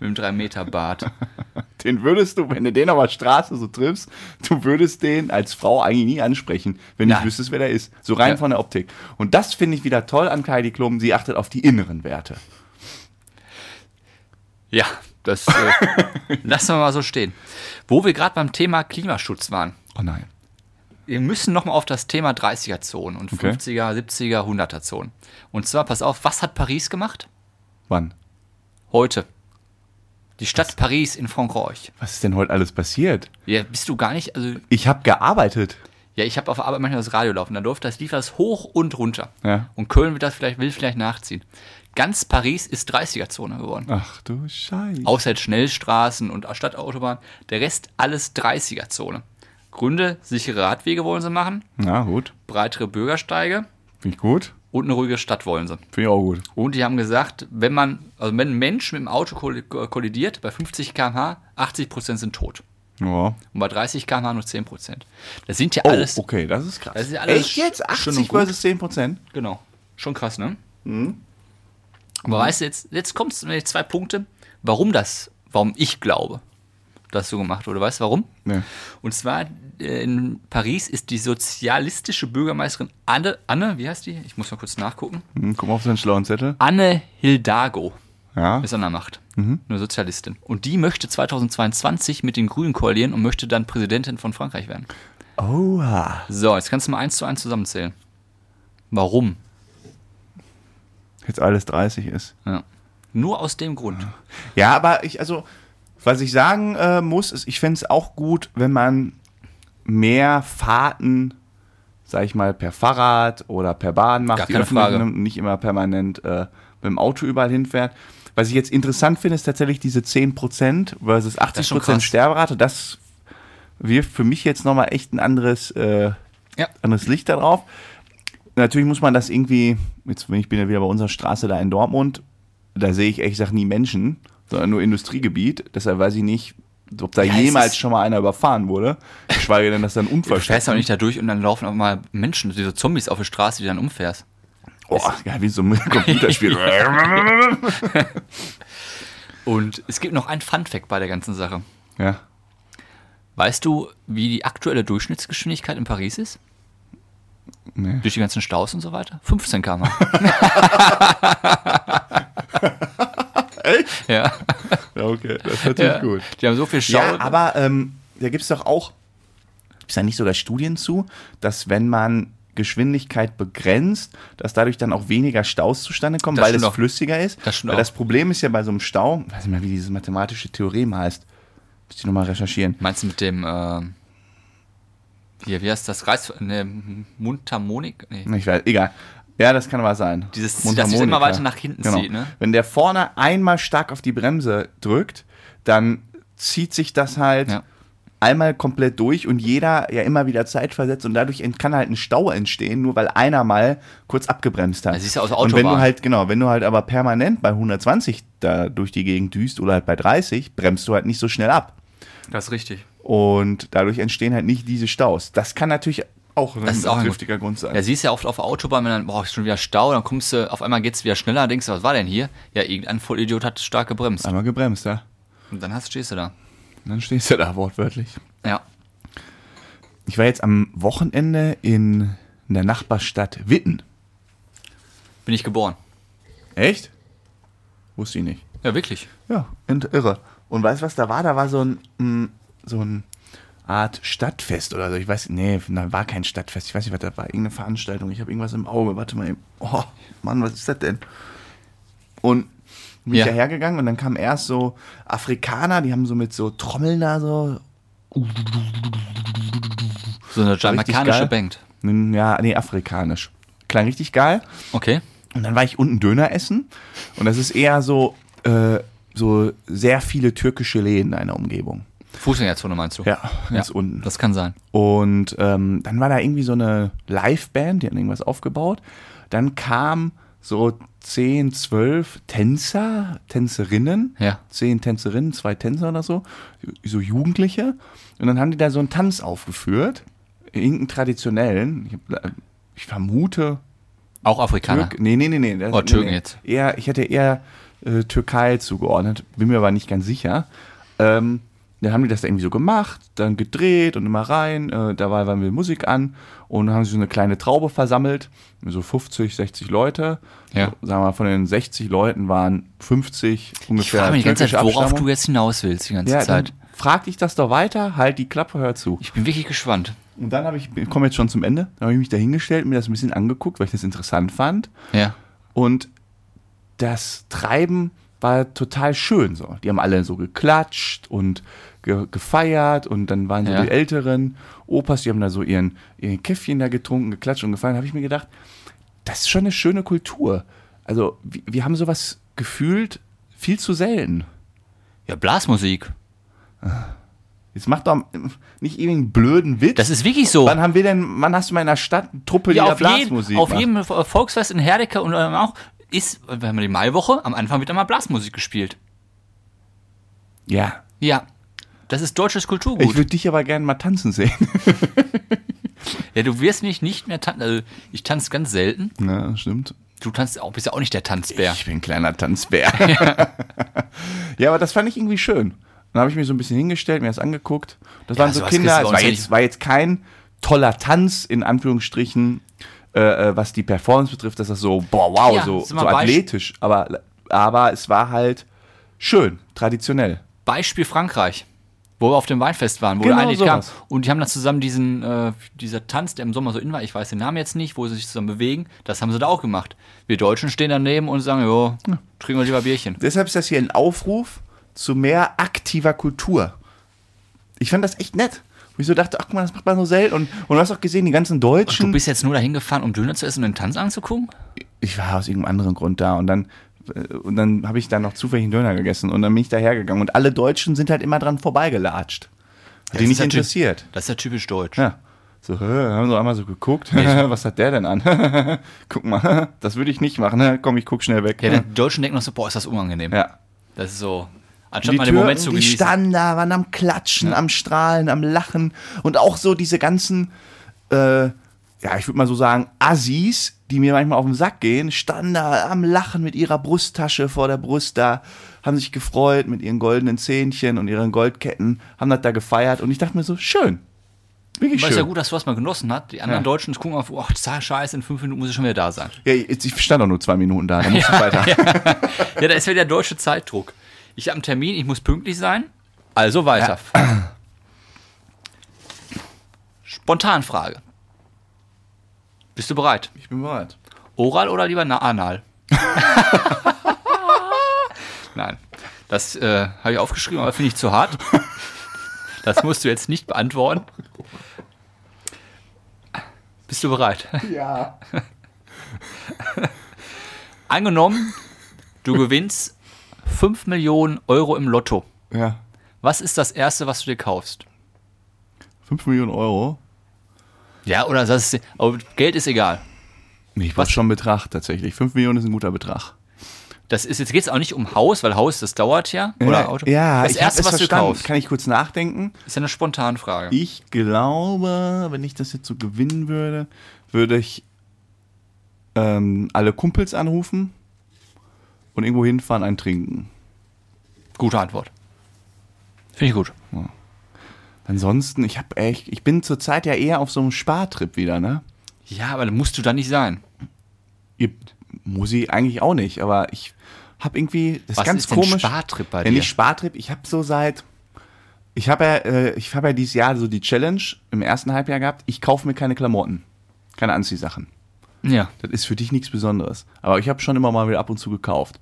Speaker 2: Mit dem 3-Meter-Bart.
Speaker 1: den würdest du, wenn du den auf der Straße so triffst, du würdest den als Frau eigentlich nie ansprechen, wenn du
Speaker 2: Nein.
Speaker 1: nicht wüsstest, wer der ist. So rein
Speaker 2: Ja.
Speaker 1: von der Optik. Und das finde ich wieder toll an Heidi Klum. Sie achtet auf die inneren Werte.
Speaker 2: Ja, das äh, lassen wir mal so stehen. Wo wir gerade beim Thema Klimaschutz waren.
Speaker 1: Oh nein.
Speaker 2: Wir müssen nochmal auf das Thema 30er-Zonen und
Speaker 1: Okay.
Speaker 2: 50er, 70er, 100er-Zonen. Und zwar, pass auf, was hat Paris gemacht?
Speaker 1: Wann?
Speaker 2: Heute. Die Stadt Paris in Frankreich.
Speaker 1: Was ist denn heute alles passiert?
Speaker 2: Ja, bist du gar nicht, also,
Speaker 1: Ich habe gearbeitet.
Speaker 2: ja, ich habe auf der Arbeit manchmal das Radio laufen, da läuft das, lief das hoch und runter.
Speaker 1: Ja.
Speaker 2: Und Köln wird das vielleicht, will vielleicht nachziehen. Ganz Paris ist 30er-Zone geworden.
Speaker 1: Ach du Scheiße.
Speaker 2: Außer jetzt Schnellstraßen und Stadtautobahn. Der Rest alles 30er-Zone. Gründe, sichere Radwege wollen sie machen,
Speaker 1: Na gut.
Speaker 2: breitere Bürgersteige
Speaker 1: Finde ich gut.
Speaker 2: und eine ruhige Stadt wollen sie.
Speaker 1: Finde ich auch gut.
Speaker 2: Und die haben gesagt, wenn man, also wenn ein Mensch mit dem Auto kolli- äh, kollidiert, bei 50 km/h, 80% sind tot.
Speaker 1: Ja.
Speaker 2: Und bei 30 km/h nur 10%. Das sind ja
Speaker 1: Oh,
Speaker 2: alles.
Speaker 1: okay, das ist krass.
Speaker 2: Das ist ja alles
Speaker 1: Echt jetzt?
Speaker 2: schön und
Speaker 1: 80
Speaker 2: gut.
Speaker 1: versus 10 Prozent?
Speaker 2: Genau. Schon krass, ne?
Speaker 1: Mhm.
Speaker 2: Aber weißt du, jetzt, jetzt kommt es mit zwei Punkte, warum das, warum ich glaube, dass so gemacht wurde. Weißt du warum?
Speaker 1: Nee.
Speaker 2: Und zwar äh, in Paris ist die sozialistische Bürgermeisterin Anne, Anne, wie heißt die? Ich muss mal kurz nachgucken.
Speaker 1: Hm, guck mal auf seinen schlauen Zettel.
Speaker 2: Anne Hidalgo.
Speaker 1: Ja.
Speaker 2: ist an der Macht. Eine Sozialistin. Und die möchte 2022 mit den Grünen koalieren und möchte dann Präsidentin von Frankreich werden.
Speaker 1: Oha.
Speaker 2: So, jetzt kannst du mal eins zu eins zusammenzählen. Warum?
Speaker 1: Jetzt alles 30 ist.
Speaker 2: Ja. Nur aus dem Grund.
Speaker 1: Ja, aber ich, also, was ich sagen äh, muss, ist, ich fände es auch gut, wenn man mehr Fahrten, sag ich mal, per Fahrrad oder per Bahn macht,
Speaker 2: Gar
Speaker 1: die
Speaker 2: keine
Speaker 1: öffentlich
Speaker 2: Frage.
Speaker 1: nimmt und nicht immer permanent äh, mit dem Auto überall hinfährt. Was ich jetzt interessant finde, ist tatsächlich diese 10% versus
Speaker 2: ist schon
Speaker 1: 80%
Speaker 2: krass.
Speaker 1: Sterberate. Das wirft für mich jetzt nochmal echt ein anderes, äh,
Speaker 2: Ja.
Speaker 1: anderes Licht darauf. Natürlich muss man das irgendwie, jetzt bin ich bin ja wieder bei unserer Straße da in Dortmund, da sehe ich ehrlich gesagt nie Menschen, sondern nur Industriegebiet. Deshalb weiß ich nicht, ob da
Speaker 2: Ja, es
Speaker 1: jemals
Speaker 2: ist-
Speaker 1: schon mal einer überfahren wurde. Geschweige denn, dass da ein Unfall
Speaker 2: Du fährst ja auch nicht da durch und dann laufen auch mal Menschen, diese Zombies auf der Straße, die dann umfährst.
Speaker 1: Oh, ja, wie so ein Computerspiel.
Speaker 2: Und es gibt noch ein Funfact bei der ganzen Sache.
Speaker 1: ja.
Speaker 2: Weißt du, wie die aktuelle Durchschnittsgeschwindigkeit in Paris ist?
Speaker 1: Nee.
Speaker 2: Durch die ganzen Staus und so weiter? 15 km/h. ja.
Speaker 1: ja, okay, das ist natürlich
Speaker 2: ja. Die haben so viel Stau.
Speaker 1: Ja, aber ähm, da gibt es doch auch, gibt es da nicht sogar Studien zu, dass wenn man Geschwindigkeit begrenzt, dass dadurch dann auch weniger Staus zustande kommen,
Speaker 2: Das
Speaker 1: weil es
Speaker 2: stimmt auch.
Speaker 1: flüssiger ist.
Speaker 2: Das stimmt
Speaker 1: weil
Speaker 2: auch.
Speaker 1: das Problem ist ja bei so einem Stau, weiß nicht mal, wie dieses mathematische Theorem heißt. Müsste ich nochmal recherchieren.
Speaker 2: Meinst du mit dem, ähm, hier, wie heißt das? Reiz, ne, Mundharmonik? Nee.
Speaker 1: Ich weiß, egal. Ja, das kann aber sein.
Speaker 2: Dieses-
Speaker 1: Mundharmonika.
Speaker 2: dass es immer weiter nach hinten
Speaker 1: genau.
Speaker 2: zieht, ne?
Speaker 1: Wenn der vorne einmal stark auf die Bremse drückt, dann zieht sich das halt
Speaker 2: Ja.
Speaker 1: einmal komplett durch und jeder ja immer wieder Zeit versetzt und dadurch ent- kann halt ein Stau entstehen, nur weil einer mal kurz abgebremst hat.
Speaker 2: Das ist ja aus der
Speaker 1: und wenn du
Speaker 2: Autobahn.
Speaker 1: halt, genau, wenn du halt aber permanent bei 120 da durch die Gegend düst oder halt bei 30, bremst du halt nicht so schnell ab.
Speaker 2: Das ist richtig.
Speaker 1: Und dadurch entstehen halt nicht diese Staus. Das kann natürlich auch ein
Speaker 2: Das ist auch ein
Speaker 1: triftiger Grund sein.
Speaker 2: Ja, siehst ja oft auf der Autobahn, wenn dann, boah, ist schon wieder Stau, dann kommst du, auf einmal geht's wieder schneller, denkst du, was war denn hier? Ja, irgendein Vollidiot hat stark gebremst.
Speaker 1: Einmal gebremst, ja.
Speaker 2: Und dann hast, stehst du da.
Speaker 1: Und dann stehst du da wortwörtlich.
Speaker 2: Ja.
Speaker 1: Ich war jetzt am Wochenende in der Nachbarstadt Witten.
Speaker 2: Bin ich geboren.
Speaker 1: Echt? Wusste ich nicht.
Speaker 2: Ja, wirklich.
Speaker 1: Ja, int- irre. Und weißt du, was da war? Da war so ein, mm, so ein Art Stadtfest oder so. Ich weiß, nee, da war kein Stadtfest. Ich weiß nicht, was da war. Irgendeine Veranstaltung. Ich habe irgendwas im Auge. Warte mal eben. Oh, Mann, was ist das denn? Und bin ich
Speaker 2: Ja.
Speaker 1: da hergegangen und dann kamen erst so Afrikaner, die haben so mit so Trommeln da so
Speaker 2: So eine
Speaker 1: geil.
Speaker 2: jamaikanische Band.
Speaker 1: Ja, nee, afrikanisch. Klang richtig geil.
Speaker 2: Okay.
Speaker 1: Und dann war ich unten Döner essen. Und das ist eher so, äh, so sehr viele türkische Läden in einer Umgebung.
Speaker 2: Fußgängerzone meinst du?
Speaker 1: Ja, ganz unten.
Speaker 2: Das kann sein.
Speaker 1: Und ähm, dann war da irgendwie so eine Liveband, die hat irgendwas aufgebaut. Dann kamen so 10, 12 Tänzer, Tänzerinnen.
Speaker 2: Ja.
Speaker 1: 10 Tänzerinnen, zwei Tänzer oder so. So Jugendliche. Und dann haben die da so einen Tanz aufgeführt. Irgendeinen traditionellen. Ich, hab- äh, ich vermute,
Speaker 2: Auch Afrikaner.
Speaker 1: Türk, nee, nee, nee, nee. Das,
Speaker 2: Oh, Türken
Speaker 1: nee, nee.
Speaker 2: jetzt.
Speaker 1: Eher, ich hätte eher äh, Türkei zugeordnet, bin mir aber nicht ganz sicher. Ähm, Dann haben die das irgendwie so gemacht, dann gedreht und immer rein. Äh, dabei waren wir Musik an und haben sie so eine kleine Traube versammelt. So 50, 60 Leute.
Speaker 2: Ja.
Speaker 1: So, sagen wir mal, von den 60 Leuten waren 50
Speaker 2: Ich
Speaker 1: ungefähr.
Speaker 2: frage mich die ganze Zeit,
Speaker 1: türkische
Speaker 2: worauf
Speaker 1: Abstammung.
Speaker 2: du jetzt hinaus willst, die ganze
Speaker 1: ja, dann
Speaker 2: Zeit.
Speaker 1: frag dich das doch weiter, halt die Klappe, hör zu.
Speaker 2: Ich bin wirklich gespannt.
Speaker 1: Und dann habe ich, ich komme jetzt schon zum Ende, dann habe ich mich da hingestellt, mir das ein bisschen angeguckt, weil ich das interessant fand.
Speaker 2: Ja.
Speaker 1: Und das Treiben war total schön so. Die haben alle so geklatscht und ge gefeiert und dann waren so
Speaker 2: Ja.
Speaker 1: die älteren Opas, die haben da so ihren, ihren Käffchen da getrunken, geklatscht und gefeiert. Da habe ich mir gedacht, das ist schon eine schöne Kultur. Also wir, wir haben sowas gefühlt viel zu selten.
Speaker 2: Ja, Blasmusik.
Speaker 1: Jetzt macht doch nicht irgendeinen blöden Witz.
Speaker 2: Das ist wirklich so.
Speaker 1: wann haben wir denn, wann hast du mal in der Stadt eine Truppe, die
Speaker 2: ja,
Speaker 1: da
Speaker 2: auf,
Speaker 1: Blasmusik
Speaker 2: jedem, auf
Speaker 1: macht?
Speaker 2: jedem Volksfest in Herdecke und ähm, auch ist, wenn man die Maiwoche, am Anfang wird immer Blasmusik gespielt.
Speaker 1: Ja,
Speaker 2: Ja. Das ist deutsches
Speaker 1: ich
Speaker 2: Kulturgut.
Speaker 1: würde dich aber gerne mal tanzen sehen.
Speaker 2: Ja, du wirst mich nicht mehr tanzen. Also, ich tanze ganz selten.
Speaker 1: Ja, stimmt.
Speaker 2: Du tanzt auch, bist ja auch nicht der Tanzbär.
Speaker 1: Ich bin ein kleiner Tanzbär. ja. aber das fand ich irgendwie schön. Dann habe ich mir so ein bisschen hingestellt, mir das angeguckt. Das waren so
Speaker 2: sowas kriegst
Speaker 1: Kinder.
Speaker 2: du
Speaker 1: Es
Speaker 2: bei uns
Speaker 1: war
Speaker 2: ja
Speaker 1: jetzt,
Speaker 2: nicht.
Speaker 1: war jetzt kein toller Tanz, in Anführungsstrichen, äh, äh, was die Performance betrifft, dass das so, boah, wow,
Speaker 2: Ja,
Speaker 1: so,
Speaker 2: sind
Speaker 1: so
Speaker 2: wir bei-
Speaker 1: athletisch. Aber, aber es war halt schön, traditionell.
Speaker 2: Beispiel Frankreich, wo wir auf dem Weinfest waren, wo
Speaker 1: Genau
Speaker 2: wir eigentlich kamen.
Speaker 1: sowas.
Speaker 2: Und die haben dann zusammen diesen, äh, dieser Tanz, der im Sommer so in war, ich weiß den Namen jetzt nicht, wo sie sich zusammen bewegen, das haben sie da auch gemacht. Wir Deutschen stehen daneben und sagen, jo, trinken wir lieber Bierchen.
Speaker 1: Deshalb ist das hier ein Aufruf zu mehr aktiver Kultur. Ich fand das echt nett. Wo ich so dachte, ach guck mal, das macht man so selten. Und, und du hast auch gesehen, die ganzen Deutschen.
Speaker 2: Du bist jetzt nur dahin gefahren, um Döner zu essen und den Tanz anzugucken?
Speaker 1: ich war aus irgendeinem anderen Grund da und dann äh, und dann habe ich da noch zufällig einen Döner gegessen und dann bin ich da hergegangen und alle Deutschen sind halt immer dran vorbeigelatscht. Hat die
Speaker 2: Das
Speaker 1: nicht
Speaker 2: ist ja typ-
Speaker 1: interessiert.
Speaker 2: Das ist ja typisch deutsch.
Speaker 1: Ja. So, äh, haben so einmal so geguckt. Was hat der denn an? guck mal, das würde ich nicht machen. ne? Komm, ich guck schnell weg.
Speaker 2: Ja, die Deutschen denken noch so, boah, ist das unangenehm.
Speaker 1: ja.
Speaker 2: Das ist so,
Speaker 1: Und
Speaker 2: anstatt
Speaker 1: Die
Speaker 2: mal den Moment
Speaker 1: Türken,
Speaker 2: zu
Speaker 1: die
Speaker 2: genießen.
Speaker 1: standen da, waren am Klatschen, am Strahlen, am Lachen und auch so diese ganzen, äh, ja, ich würde mal so sagen, Assis, die mir manchmal auf den Sack gehen, standen da am Lachen mit ihrer Brusttasche vor der Brust da, haben sich gefreut mit ihren goldenen Zähnchen und ihren Goldketten, haben das da gefeiert und ich dachte mir so, schön. Wirklich
Speaker 2: Aber
Speaker 1: schön.
Speaker 2: ist ja gut, dass du was mal genossen hast. Die anderen
Speaker 1: Ja.
Speaker 2: Deutschen gucken auf, oh, scheiße, in fünf Minuten muss ich schon wieder da sein.
Speaker 1: Ja, jetzt, ich stand auch nur zwei Minuten da, dann musste ich weiter.
Speaker 2: Ja, da ist wieder der deutsche Zeitdruck. Ich habe einen Termin, ich muss pünktlich sein. Also weiter. Spontanfrage. Bist du bereit?
Speaker 1: Ich bin bereit.
Speaker 2: Oral oder lieber na- anal? Nein, das äh, habe ich aufgeschrieben, aber finde ich zu hart. Das musst du jetzt nicht beantworten. Bist du bereit?
Speaker 1: Ja.
Speaker 2: Angenommen, du gewinnst 5 Millionen Euro im Lotto.
Speaker 1: Ja.
Speaker 2: Was ist das Erste, was du dir kaufst?
Speaker 1: Fünf Millionen Euro.
Speaker 2: Ja, oder das ist, aber Geld ist egal.
Speaker 1: Nee, ich war
Speaker 2: Was?
Speaker 1: schon Betrag tatsächlich. Fünf Millionen ist ein guter Betrag.
Speaker 2: Das ist, jetzt geht es auch nicht um Haus, weil Haus, das dauert ja.
Speaker 1: ja,
Speaker 2: Oder Auto.
Speaker 1: Ja,
Speaker 2: das
Speaker 1: ich
Speaker 2: Erste,
Speaker 1: hab's
Speaker 2: was du
Speaker 1: verstanden.
Speaker 2: kaufst,
Speaker 1: Kann ich kurz nachdenken?
Speaker 2: ist ja eine Spontanfrage.
Speaker 1: Ich glaube, wenn ich das jetzt so gewinnen würde, würde ich ähm, alle Kumpels anrufen und irgendwo hinfahren, einen trinken.
Speaker 2: Gute Antwort. Finde ich gut.
Speaker 1: Ansonsten, ich habe echt, ich bin zurzeit ja eher auf so einem Spartrip wieder, ne?
Speaker 2: Ja, aber dann musst du da nicht sein.
Speaker 1: Ihr, muss ich eigentlich auch nicht, aber ich habe irgendwie das ist
Speaker 2: Was
Speaker 1: ganz
Speaker 2: ist denn
Speaker 1: komisch.
Speaker 2: Spartrip bei
Speaker 1: ja,
Speaker 2: dir?
Speaker 1: nicht Spartrip, ich habe so seit ich habe ja, äh, ich habe ja dieses Jahr so die Challenge im ersten Halbjahr gehabt, ich kaufe mir keine Klamotten, keine Anziehsachen.
Speaker 2: Ja.
Speaker 1: Das ist für dich nichts Besonderes, aber ich habe schon immer mal wieder ab und zu gekauft.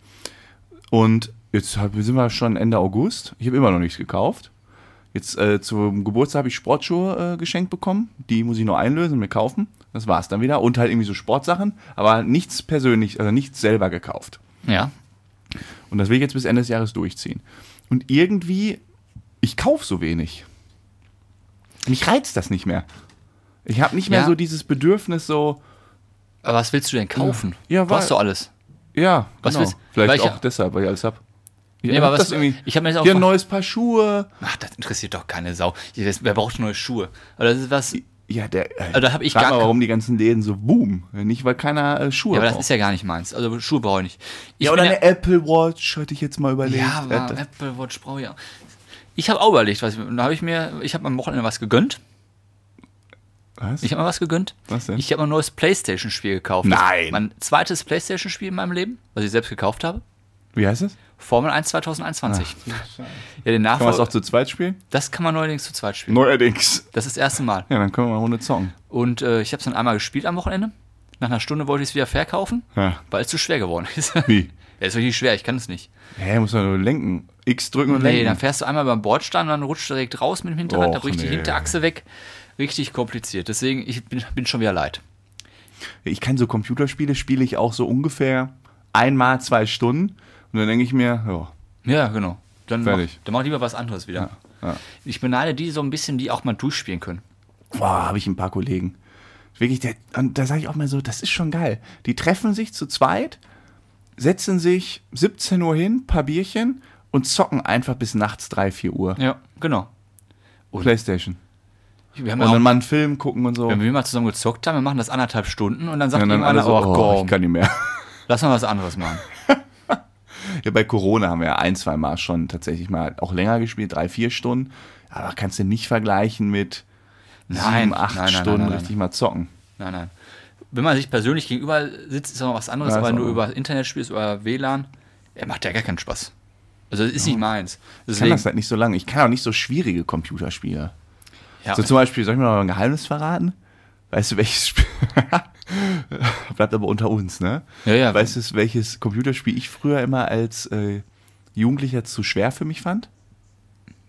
Speaker 1: Und jetzt hab, sind wir schon Ende August, ich habe immer noch nichts gekauft. Jetzt äh, zum Geburtstag habe ich Sportschuhe äh, geschenkt bekommen, die muss ich noch einlösen, mir kaufen. Das war's dann wieder und halt irgendwie so Sportsachen, aber nichts persönlich, also nichts selber gekauft.
Speaker 2: Ja.
Speaker 1: Und das will ich jetzt bis Ende des Jahres durchziehen. Und irgendwie, ich kaufe so wenig. Mich reizt das nicht mehr. Ich habe nicht mehr
Speaker 2: Ja.
Speaker 1: so dieses Bedürfnis, so,
Speaker 2: Aber was willst du denn kaufen?
Speaker 1: Ja,
Speaker 2: was
Speaker 1: weil-
Speaker 2: du alles?
Speaker 1: ja,
Speaker 2: Was
Speaker 1: genau.
Speaker 2: willst-
Speaker 1: Vielleicht
Speaker 2: weil ich-
Speaker 1: auch deshalb, weil ich alles hab. Ich
Speaker 2: Nee,
Speaker 1: hab
Speaker 2: aber was-
Speaker 1: das irgendwie,
Speaker 2: ich hab mir jetzt auch
Speaker 1: hier ein
Speaker 2: gefragt-
Speaker 1: neues Paar Schuhe.
Speaker 2: Ach, das interessiert doch keine Sau. Hier, das- Wer braucht neue Schuhe? Aber das ist was.
Speaker 1: Ja, der, äh,
Speaker 2: Also da hab ich
Speaker 1: frag
Speaker 2: gar
Speaker 1: mal,
Speaker 2: kein-
Speaker 1: warum die ganzen Läden so boomen. Nicht, weil keiner äh, Schuhe
Speaker 2: Ja, aber das
Speaker 1: braucht.
Speaker 2: ist ja gar nicht meins. Also Schuhe brauche ich nicht. Ich
Speaker 1: ja,
Speaker 2: bin
Speaker 1: oder eine Apple Watch, hatte ich jetzt mal überlegt.
Speaker 2: Ja, aber
Speaker 1: Äh,
Speaker 2: Apple Watch brauche ich auch. Ich habe auch überlegt, was, und da habe ich mir, ich habe am Wochenende was gegönnt.
Speaker 1: Was?
Speaker 2: Ich habe mir was gegönnt.
Speaker 1: Was denn?
Speaker 2: Ich habe mir ein neues PlayStation-Spiel gekauft.
Speaker 1: Nein.
Speaker 2: Das ist mein zweites PlayStation-Spiel in meinem Leben, was ich selbst gekauft habe.
Speaker 1: Wie heißt es?
Speaker 2: Formel 1 2021. ja,
Speaker 1: Kann
Speaker 2: den
Speaker 1: man es auch
Speaker 2: Nachfolger.
Speaker 1: zu zweit spielen?
Speaker 2: Das kann man neuerdings zu zweit spielen.
Speaker 1: Neuerdings.
Speaker 2: Das ist das erste Mal.
Speaker 1: Ja, dann können wir mal eine Runde zocken.
Speaker 2: Und äh, ich habe es dann einmal gespielt am Wochenende. Nach einer Stunde wollte ich es wieder verkaufen,
Speaker 1: Ja.
Speaker 2: weil es zu schwer geworden ist.
Speaker 1: Wie?
Speaker 2: Ja, ist wirklich schwer, ich kann es nicht.
Speaker 1: Hä, muss man nur lenken. X drücken und
Speaker 2: Nee, dann
Speaker 1: lenken.
Speaker 2: fährst du einmal beim Bordstein und dann rutscht du direkt raus mit dem Hinterrad, da
Speaker 1: Och,
Speaker 2: bricht die
Speaker 1: nee.
Speaker 2: Hinterachse weg. Richtig kompliziert. Deswegen, ich bin, bin schon wieder leid.
Speaker 1: Ich kann so Computerspiele, spiele ich auch so ungefähr einmal zwei Stunden. Und dann denke ich mir, ja,
Speaker 2: Ja, genau. Dann mach,
Speaker 1: Fertig.
Speaker 2: dann mach lieber was anderes wieder.
Speaker 1: ja.
Speaker 2: Ich beneide die so ein bisschen, die auch mal durchspielen können.
Speaker 1: boah, habe ich ein paar Kollegen. Wirklich, der, und da sage ich auch mal so, das ist schon geil. Die treffen sich zu zweit, setzen sich 17 Uhr hin, paar Bierchen und zocken einfach bis nachts 3, 4 Uhr.
Speaker 2: Ja, genau.
Speaker 1: Playstation.
Speaker 2: Wir haben ja
Speaker 1: Und
Speaker 2: auch,
Speaker 1: dann mal einen Film gucken und so.
Speaker 2: wenn wir mal zusammen gezockt haben, wir machen das anderthalb Stunden und dann sagt
Speaker 1: und dann alle
Speaker 2: irgendeiner,
Speaker 1: so,
Speaker 2: oh,
Speaker 1: oh, ich
Speaker 2: komm,
Speaker 1: kann nicht mehr.
Speaker 2: lass mal was anderes machen.
Speaker 1: Ja, bei Corona haben wir ja ein, zwei Mal schon tatsächlich mal auch länger gespielt, drei, vier Stunden. Aber kannst du nicht vergleichen mit
Speaker 2: Nein,
Speaker 1: sieben, acht
Speaker 2: nein, nein, nein,
Speaker 1: Stunden
Speaker 2: nein, nein.
Speaker 1: richtig mal zocken.
Speaker 2: Nein, nein. Wenn man sich persönlich gegenüber sitzt, ist auch noch was anderes,
Speaker 1: Ja,
Speaker 2: aber
Speaker 1: ist
Speaker 2: wenn
Speaker 1: auch
Speaker 2: du
Speaker 1: noch-
Speaker 2: über Internet spielst oder WLAN, er macht ja gar keinen Spaß. Also das ist nicht meins.
Speaker 1: Ich kann
Speaker 2: Deswegen,
Speaker 1: das halt nicht so lange. Ich kann auch nicht so schwierige Computerspiele.
Speaker 2: ja,
Speaker 1: So zum Beispiel, soll ich mir mal ein Geheimnis verraten? Weißt du, welches Spiel. Bleibt aber unter uns, ne?
Speaker 2: Ja, ja.
Speaker 1: Weißt du, welches Computerspiel ich früher immer als äh, Jugendlicher zu schwer für mich fand?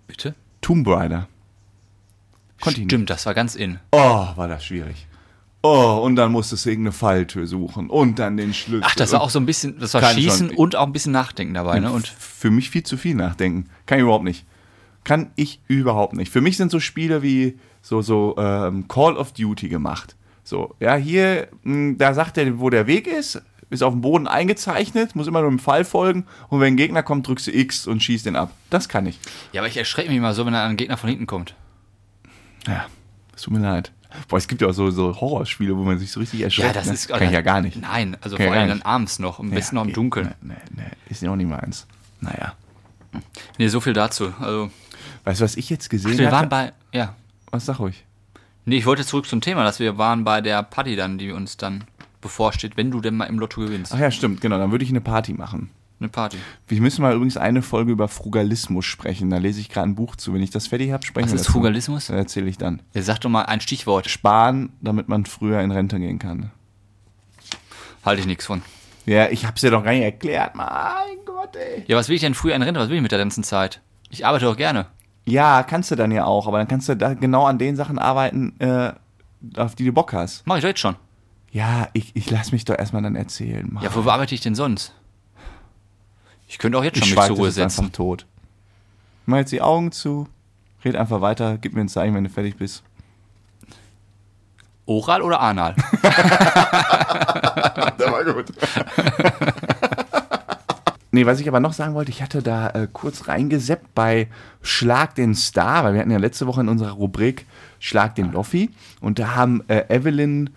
Speaker 2: bitte.
Speaker 1: Tomb Raider. Konnte ich nicht.
Speaker 2: Stimmt, das war ganz in.
Speaker 1: Oh, war das schwierig. Oh, und dann musstest du irgendeine Falltür suchen und dann den Schlüssel.
Speaker 2: Ach, das war auch so ein bisschen, das war
Speaker 1: Keine
Speaker 2: Schießen
Speaker 1: Chance.
Speaker 2: und auch ein bisschen Nachdenken dabei, ne?
Speaker 1: und
Speaker 2: Und
Speaker 1: für mich viel zu viel nachdenken. Kann ich überhaupt nicht. Kann ich überhaupt nicht. Für mich sind so Spiele wie so, so ähm, Call of Duty gemacht. So, ja, hier, mh, da sagt er, wo der Weg ist, ist auf dem Boden eingezeichnet, muss immer nur dem Fall folgen und wenn ein Gegner kommt, drückst du X und schießt den ab. Das kann ich.
Speaker 2: ja, aber ich erschrecke mich mal so, wenn dann ein Gegner von hinten kommt.
Speaker 1: Ja, es tut mir leid. Boah, es gibt ja auch so, so Horrorspiele, wo man sich so richtig erschreckt.
Speaker 2: Ja, das
Speaker 1: ne?
Speaker 2: ist
Speaker 1: Kann ich ja gar nicht.
Speaker 2: Nein, also
Speaker 1: Kann
Speaker 2: vor
Speaker 1: ja
Speaker 2: allem
Speaker 1: gar
Speaker 2: dann
Speaker 1: nicht.
Speaker 2: abends noch, am besten
Speaker 1: Ja,
Speaker 2: noch im
Speaker 1: geht.
Speaker 2: Dunkeln.
Speaker 1: Nee, nee, nee, ist ja auch nicht meins. Naja.
Speaker 2: Nee, so viel dazu. Also,
Speaker 1: Weißt du, was ich jetzt gesehen
Speaker 2: wir waren
Speaker 1: habe?
Speaker 2: bei ja.
Speaker 1: Was sag ruhig.
Speaker 2: Nee, ich wollte zurück zum Thema, dass wir waren bei der Party dann, die uns dann bevorsteht, wenn du denn mal im Lotto gewinnst.
Speaker 1: Ach ja, stimmt, genau. Dann würde ich eine Party machen.
Speaker 2: Eine Party.
Speaker 1: Wir müssen mal übrigens eine Folge über Frugalismus sprechen. Da lese ich gerade ein Buch zu. Wenn ich das fertig habe, sprechen
Speaker 2: Was
Speaker 1: wir
Speaker 2: ist
Speaker 1: dazu.
Speaker 2: Frugalismus?
Speaker 1: Das erzähle ich dann.
Speaker 2: Ja, sag doch mal ein Stichwort.
Speaker 1: Sparen, damit man früher in Rente gehen kann.
Speaker 2: Halte ich nichts von.
Speaker 1: Ja, ich hab's dir doch gar nicht erklärt. Mein Gott, ey.
Speaker 2: Ja, was will ich denn früher in Rente? Was will ich mit der ganzen Zeit? Ich arbeite doch gerne.
Speaker 1: Ja, kannst du dann ja auch. Aber dann kannst du da genau an den Sachen arbeiten, äh, auf die du Bock hast.
Speaker 2: Mach ich doch jetzt schon.
Speaker 1: Ja, ich, ich lass mich doch erstmal dann erzählen. Mann.
Speaker 2: Ja, wofür arbeite ich denn sonst? Ich könnte auch jetzt schon
Speaker 1: Ah. ich
Speaker 2: mich
Speaker 1: schweige
Speaker 2: zur Ruhe
Speaker 1: jetzt einfach
Speaker 2: setzen.
Speaker 1: tot. Mach jetzt die Augen zu. Red einfach weiter. Gib mir ein Zeichen, wenn du fertig bist.
Speaker 2: Oral oder anal?
Speaker 1: Der war gut. Nee, was ich aber noch sagen wollte, ich hatte da äh, kurz reingeseppt bei Schlag den Star, weil wir hatten ja letzte Woche in unserer Rubrik Schlag den Loffi und da haben äh, Evelyn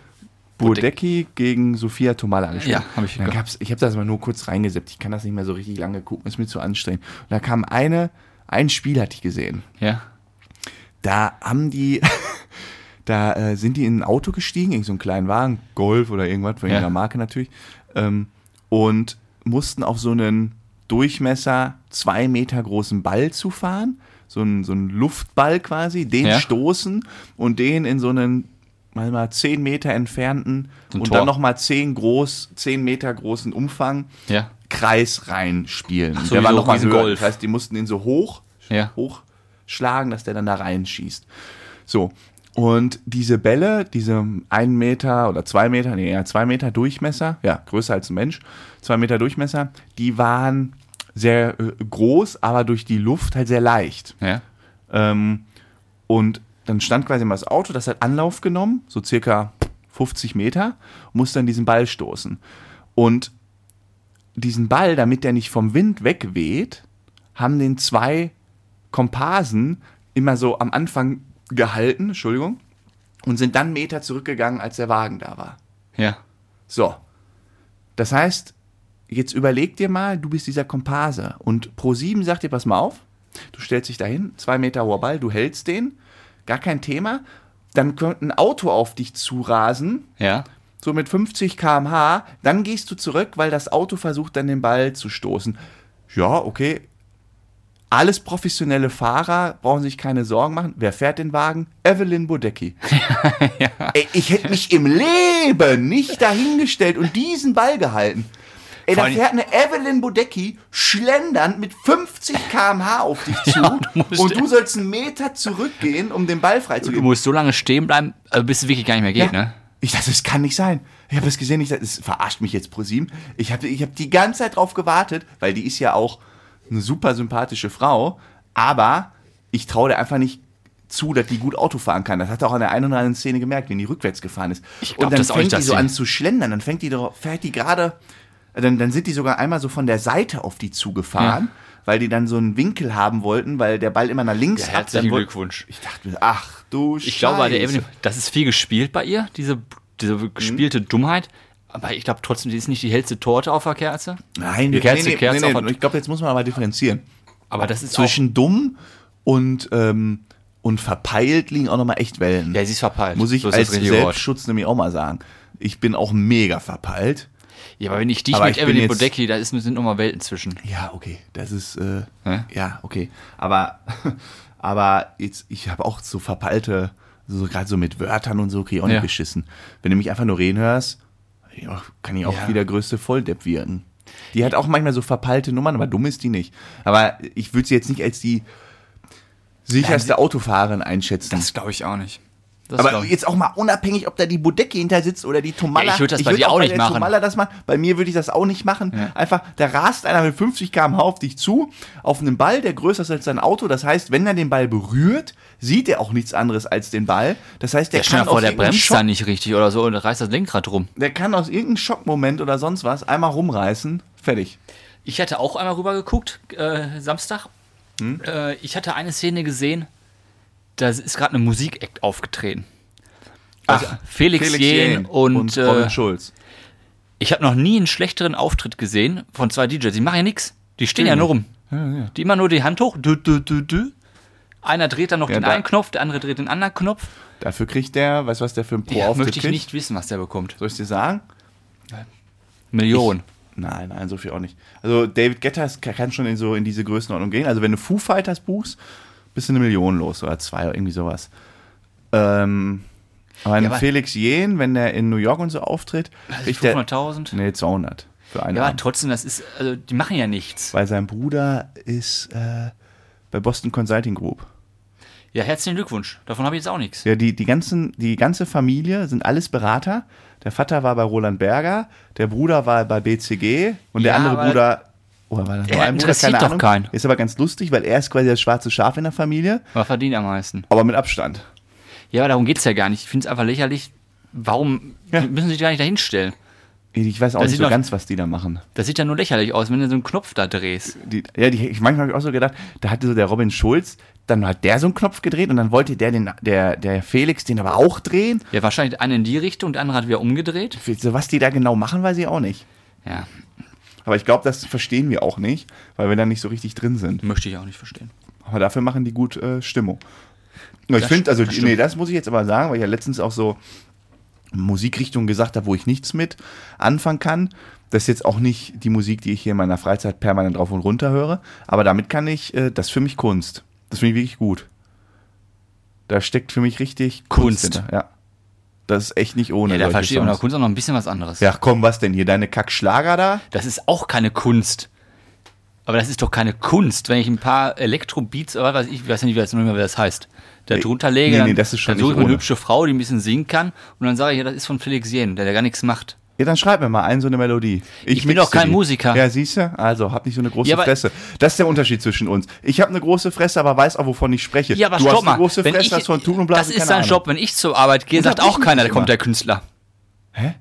Speaker 1: Bodecki gegen Sophia Tomala gespielt.
Speaker 2: Ja, hab ich
Speaker 1: Dann
Speaker 2: gehört.
Speaker 1: gab's, Ich habe das mal nur kurz reingeseppt, ich kann das nicht mehr so richtig lange gucken, ist mir zu anstrengend. Und da kam eine, ein Spiel hatte ich gesehen
Speaker 2: ja.
Speaker 1: da haben die, da äh, sind die in ein Auto gestiegen, irgend so einen kleinen Wagen, Golf oder irgendwas, von
Speaker 2: Ja.
Speaker 1: irgendeiner Marke natürlich, ähm, und mussten auf so einen Durchmesser zwei Meter großen Ball zufahren, so einen, so einen Luftball quasi, den
Speaker 2: Ja.
Speaker 1: stoßen und den in so einen mal mal zehn Meter entfernten
Speaker 2: So ein
Speaker 1: und
Speaker 2: Tor.
Speaker 1: dann noch mal zehn groß, zehn Meter großen Umfang
Speaker 2: Ja.
Speaker 1: Kreis reinspielen.
Speaker 2: so,
Speaker 1: der
Speaker 2: wie
Speaker 1: war
Speaker 2: so
Speaker 1: noch mal höher.
Speaker 2: Riesengolf.
Speaker 1: Das heißt, die mussten ihn so hoch,
Speaker 2: Ja.
Speaker 1: hochschlagen, dass der dann da reinschießt. So. Und diese Bälle, diese ein Meter oder zwei Meter, nee, eher zwei Meter Durchmesser, ja, größer als ein Mensch, zwei Meter Durchmesser, die waren sehr äh, groß, aber durch die Luft halt sehr leicht.
Speaker 2: Ja.
Speaker 1: Ähm, und dann stand quasi mal das Auto, das hat Anlauf genommen, so circa 50 Meter, muss dann diesen Ball stoßen. Und diesen Ball, damit der nicht vom Wind wegweht, haben den zwei Komparsen immer so am Anfang gehalten, Entschuldigung, und sind dann einen Meter zurückgegangen, als der Wagen da war.
Speaker 2: Ja.
Speaker 1: So. Das heißt, jetzt überleg dir mal, du bist dieser Komparse und Pro7 sagt dir, pass mal auf, Du stellst dich dahin, zwei Meter hoher Ball, du hältst den, gar kein Thema. Dann könnte ein Auto auf dich zurasen,
Speaker 2: Ja.
Speaker 1: so mit 50 km/h. Dann gehst du zurück, weil das Auto versucht, dann den Ball zu stoßen. Ja, okay. Alles professionelle Fahrer brauchen sich keine Sorgen machen. Wer fährt den Wagen? Evelyn Bodecki. Ey, ich hätte mich im Leben nicht dahingestellt und diesen Ball gehalten. Ey, da
Speaker 2: Vor allem-
Speaker 1: fährt eine Evelyn Bodecki schlendernd mit 50 km/h auf dich zu
Speaker 2: du musst-
Speaker 1: und du sollst einen Meter zurückgehen, um den Ball
Speaker 2: Du
Speaker 1: freizugeben.
Speaker 2: musst so lange stehen bleiben, äh, bis es wirklich gar nicht mehr
Speaker 1: Ja.
Speaker 2: geht, ne?
Speaker 1: Ich dachte, das kann nicht sein. Ich habe es gesehen, ich dachte, es verarscht mich jetzt ProSieben. Ich habe ich hab die ganze Zeit drauf gewartet, weil die ist ja auch eine super sympathische Frau, aber ich traue der einfach nicht zu, dass die gut Auto fahren kann. Das hat er auch an der einen oder anderen Szene gemerkt, wenn die rückwärts gefahren ist.
Speaker 2: Ich glaub
Speaker 1: und dann
Speaker 2: das auch
Speaker 1: fängt
Speaker 2: nicht,
Speaker 1: die
Speaker 2: dass
Speaker 1: so
Speaker 2: sie-
Speaker 1: an zu schlendern, dann fängt die doch, fährt die gerade, dann, dann sind die sogar einmal so von der Seite auf die zugefahren, weil die dann so einen Winkel haben wollten, weil der Ball immer nach links ab- dann woll-
Speaker 2: Glückwunsch.
Speaker 1: Ich dachte, mir, ach du Scheiße. Mhm.
Speaker 2: Ich glaube, bei der Evelyn, das ist viel gespielt bei ihr, diese, diese gespielte Dummheit. Aber ich glaube trotzdem, die ist nicht die hellste Torte auf der Kerze.
Speaker 1: Nein,
Speaker 2: Die Kerze,
Speaker 1: nee, nee,
Speaker 2: Kerze
Speaker 1: nee,
Speaker 2: auf
Speaker 1: nee.
Speaker 2: der-
Speaker 1: ich glaube, jetzt muss man aber differenzieren.
Speaker 2: Aber das ist auch,
Speaker 1: Zwischen dumm und, ähm, und verpeilt liegen auch nochmal echt Wellen.
Speaker 2: Ja, sie ist verpeilt.
Speaker 1: muss ich
Speaker 2: So ist das
Speaker 1: als
Speaker 2: richtige Wort.
Speaker 1: Selbstschutz nämlich auch mal sagen. Ich bin auch mega verpeilt.
Speaker 2: Ja, aber wenn ich dich
Speaker 1: Aber
Speaker 2: mit
Speaker 1: ich bin
Speaker 2: Evelyn
Speaker 1: jetzt-
Speaker 2: Bodecki, da ist, sind nochmal Welten zwischen.
Speaker 1: Ja, okay, das ist, äh,
Speaker 2: Hä?
Speaker 1: ja, okay. Aber, aber jetzt, ich habe auch so verpeilte, so gerade so mit Wörtern und so, kriege ich auch
Speaker 2: Ja.
Speaker 1: nicht geschissen. Wenn du mich einfach nur reden hörst, ja, kann ich auch
Speaker 2: Ja.
Speaker 1: wie der größte Volldepp wirken. Die hat auch manchmal so verpeilte Nummern, aber dumm ist die nicht. Aber ich würde sie jetzt nicht als die sicherste Autofahrerin einschätzen.
Speaker 2: Das glaube ich auch nicht. Das
Speaker 1: aber
Speaker 2: glaub ich-
Speaker 1: jetzt auch mal unabhängig, ob da die Bodecki hinter sitzt oder die Tomalla.
Speaker 2: Ja, ich würd das bei dir
Speaker 1: würd
Speaker 2: auch nicht
Speaker 1: der
Speaker 2: machen.
Speaker 1: Tomalla das machen. Bei mir würde ich das auch nicht machen.
Speaker 2: Ja.
Speaker 1: Einfach, da rast einer mit 50 km/h auf dich zu, auf einen Ball, der größer ist als dein Auto. Das heißt, wenn er den Ball berührt, sieht er auch nichts anderes als den Ball. Das heißt, der,
Speaker 2: ja, stell
Speaker 1: kann,
Speaker 2: dir vor,
Speaker 1: aus
Speaker 2: der
Speaker 1: irgendeinem
Speaker 2: bremst
Speaker 1: Schock,
Speaker 2: da nicht richtig oder so und reißt das Lenkrad rum.
Speaker 1: der kann aus irgendeinem Schockmoment oder sonst was einmal rumreißen. Fertig.
Speaker 2: Ich hatte auch einmal rüber geguckt, äh, Samstag.
Speaker 1: Hm?
Speaker 2: Äh, ich hatte eine Szene gesehen, da ist gerade eine Musikact aufgetreten. Also Felix, Jähn und,
Speaker 1: Robin
Speaker 2: äh,
Speaker 1: Schulz.
Speaker 2: Ich habe noch nie einen schlechteren Auftritt gesehen von zwei DJs. Die machen ja nichts. Die stehen
Speaker 1: Hm.
Speaker 2: ja nur rum. Die immer nur die Hand hoch. Dü, dü, dü, dü. Einer dreht dann noch den
Speaker 1: da-
Speaker 2: einen Knopf, der andere dreht den anderen Knopf.
Speaker 1: Dafür kriegt der, weißt du, was der für ein
Speaker 2: Ja,
Speaker 1: Pro-Auftritt
Speaker 2: möchte ich
Speaker 1: kriegt?
Speaker 2: nicht wissen, was der bekommt.
Speaker 1: Soll ich dir sagen?
Speaker 2: Millionen.
Speaker 1: Nein, nein, so viel auch nicht. Also David Getter ist- kann schon in, so in diese Größenordnung gehen. Also wenn du Foo Fighters buchst, bist du eine Million los oder zwei oder irgendwie sowas. Ähm, aber ein
Speaker 2: aber-
Speaker 1: Felix Jähn, wenn der in New York und so auftritt, kriegt der...
Speaker 2: 500.000.
Speaker 1: Nee, 200 für einen
Speaker 2: Ja, aber
Speaker 1: Abend.
Speaker 2: trotzdem, das ist, also die machen ja nichts.
Speaker 1: Weil sein Bruder ist äh, bei Boston Consulting Group.
Speaker 2: Ja, herzlichen Glückwunsch. Davon habe ich jetzt auch nichts.
Speaker 1: Ja, die, die, ganzen, die ganze Familie sind alles Berater. Der Vater war bei Roland Berger, der Bruder war bei BCG und der
Speaker 2: Ja,
Speaker 1: andere
Speaker 2: aber-
Speaker 1: Bruder. Oder Oh, war das
Speaker 2: Ja, interessiert doch keinen.
Speaker 1: Ist aber ganz lustig, weil er ist quasi das schwarze Schaf in der Familie,
Speaker 2: Aber verdient am meisten.
Speaker 1: aber mit Abstand.
Speaker 2: Ja, aber darum geht es ja gar nicht. Ich finde es einfach lächerlich. Warum
Speaker 1: Ja.
Speaker 2: die müssen sie sich gar nicht dahin stellen?
Speaker 1: Ich weiß auch
Speaker 2: Da
Speaker 1: nicht
Speaker 2: sieht
Speaker 1: so
Speaker 2: man-
Speaker 1: ganz, was die da machen.
Speaker 2: Das sieht ja nur lächerlich aus, wenn du so einen Knopf da drehst.
Speaker 1: Die, ja, die, ich, manchmal habe ich auch so gedacht, da hatte so der Robin Schulz, dann hat der so einen Knopf gedreht und dann wollte der, den, der, der Felix den aber auch drehen.
Speaker 2: Ja, wahrscheinlich einen in die Richtung, der andere hat wieder umgedreht.
Speaker 1: So, was die da genau machen, weiß ich auch nicht.
Speaker 2: Ja,
Speaker 1: Aber ich glaube, das verstehen wir auch nicht, weil wir da nicht so richtig drin sind.
Speaker 2: möchte ich auch nicht verstehen.
Speaker 1: Aber dafür machen die gut äh, Stimmung. Na, Ich
Speaker 2: Das
Speaker 1: finde, also,
Speaker 2: st- das
Speaker 1: nee,
Speaker 2: stimmt.
Speaker 1: das muss ich jetzt aber sagen, weil ich ja letztens auch so Musikrichtungen gesagt habe, wo ich nichts mit anfangen kann. Das ist jetzt auch nicht die Musik, die ich hier in meiner Freizeit permanent rauf und runter höre. Aber damit kann ich, äh, das ist für mich Kunst. Das finde ich wirklich gut. Da steckt für mich richtig Kunst.
Speaker 2: Kunst.
Speaker 1: hinter, Ja. Das ist echt nicht ohne.
Speaker 2: Ja, da
Speaker 1: solche
Speaker 2: versteht man
Speaker 1: Songs.
Speaker 2: der Kunst auch noch ein bisschen was anderes.
Speaker 1: Ja, komm, was denn hier? Deine Kackschlager da?
Speaker 2: Das ist auch keine Kunst. Aber das ist doch keine Kunst, wenn ich ein paar Elektrobeats, aber weiß ich, weiß ja nicht, wer das- nicht mehr, wie das heißt, da
Speaker 1: Nee,
Speaker 2: drunter lege,
Speaker 1: nee,
Speaker 2: dann,
Speaker 1: nee, das ist schon
Speaker 2: dann suche
Speaker 1: nicht
Speaker 2: ich mir eine
Speaker 1: ohne.
Speaker 2: hübsche Frau, die ein bisschen singen kann und dann sage ich, ja, das ist von Felix Jähn, der, der gar nichts macht.
Speaker 1: Ja, dann schreib mir mal ein, so eine Melodie.
Speaker 2: Ich bin
Speaker 1: mixe
Speaker 2: doch kein
Speaker 1: die.
Speaker 2: Musiker.
Speaker 1: Ja, siehst du? Also, hab nicht so eine große
Speaker 2: Ja, aber-
Speaker 1: Fresse. Das ist der Unterschied zwischen uns. Ich habe eine große Fresse, aber weiß auch, wovon ich spreche.
Speaker 2: Ja, aber
Speaker 1: du
Speaker 2: stopp
Speaker 1: hast
Speaker 2: mal.
Speaker 1: eine große
Speaker 2: wenn
Speaker 1: Fresse,
Speaker 2: ich,
Speaker 1: hast von Tun und Blasen
Speaker 2: das ist
Speaker 1: keine
Speaker 2: dein
Speaker 1: Ahnung.
Speaker 2: Job, wenn ich zur Arbeit gehe, sagt
Speaker 1: Unterbrich
Speaker 2: auch
Speaker 1: mich
Speaker 2: keiner, da
Speaker 1: nicht immer.
Speaker 2: kommt der Künstler.
Speaker 1: Hä?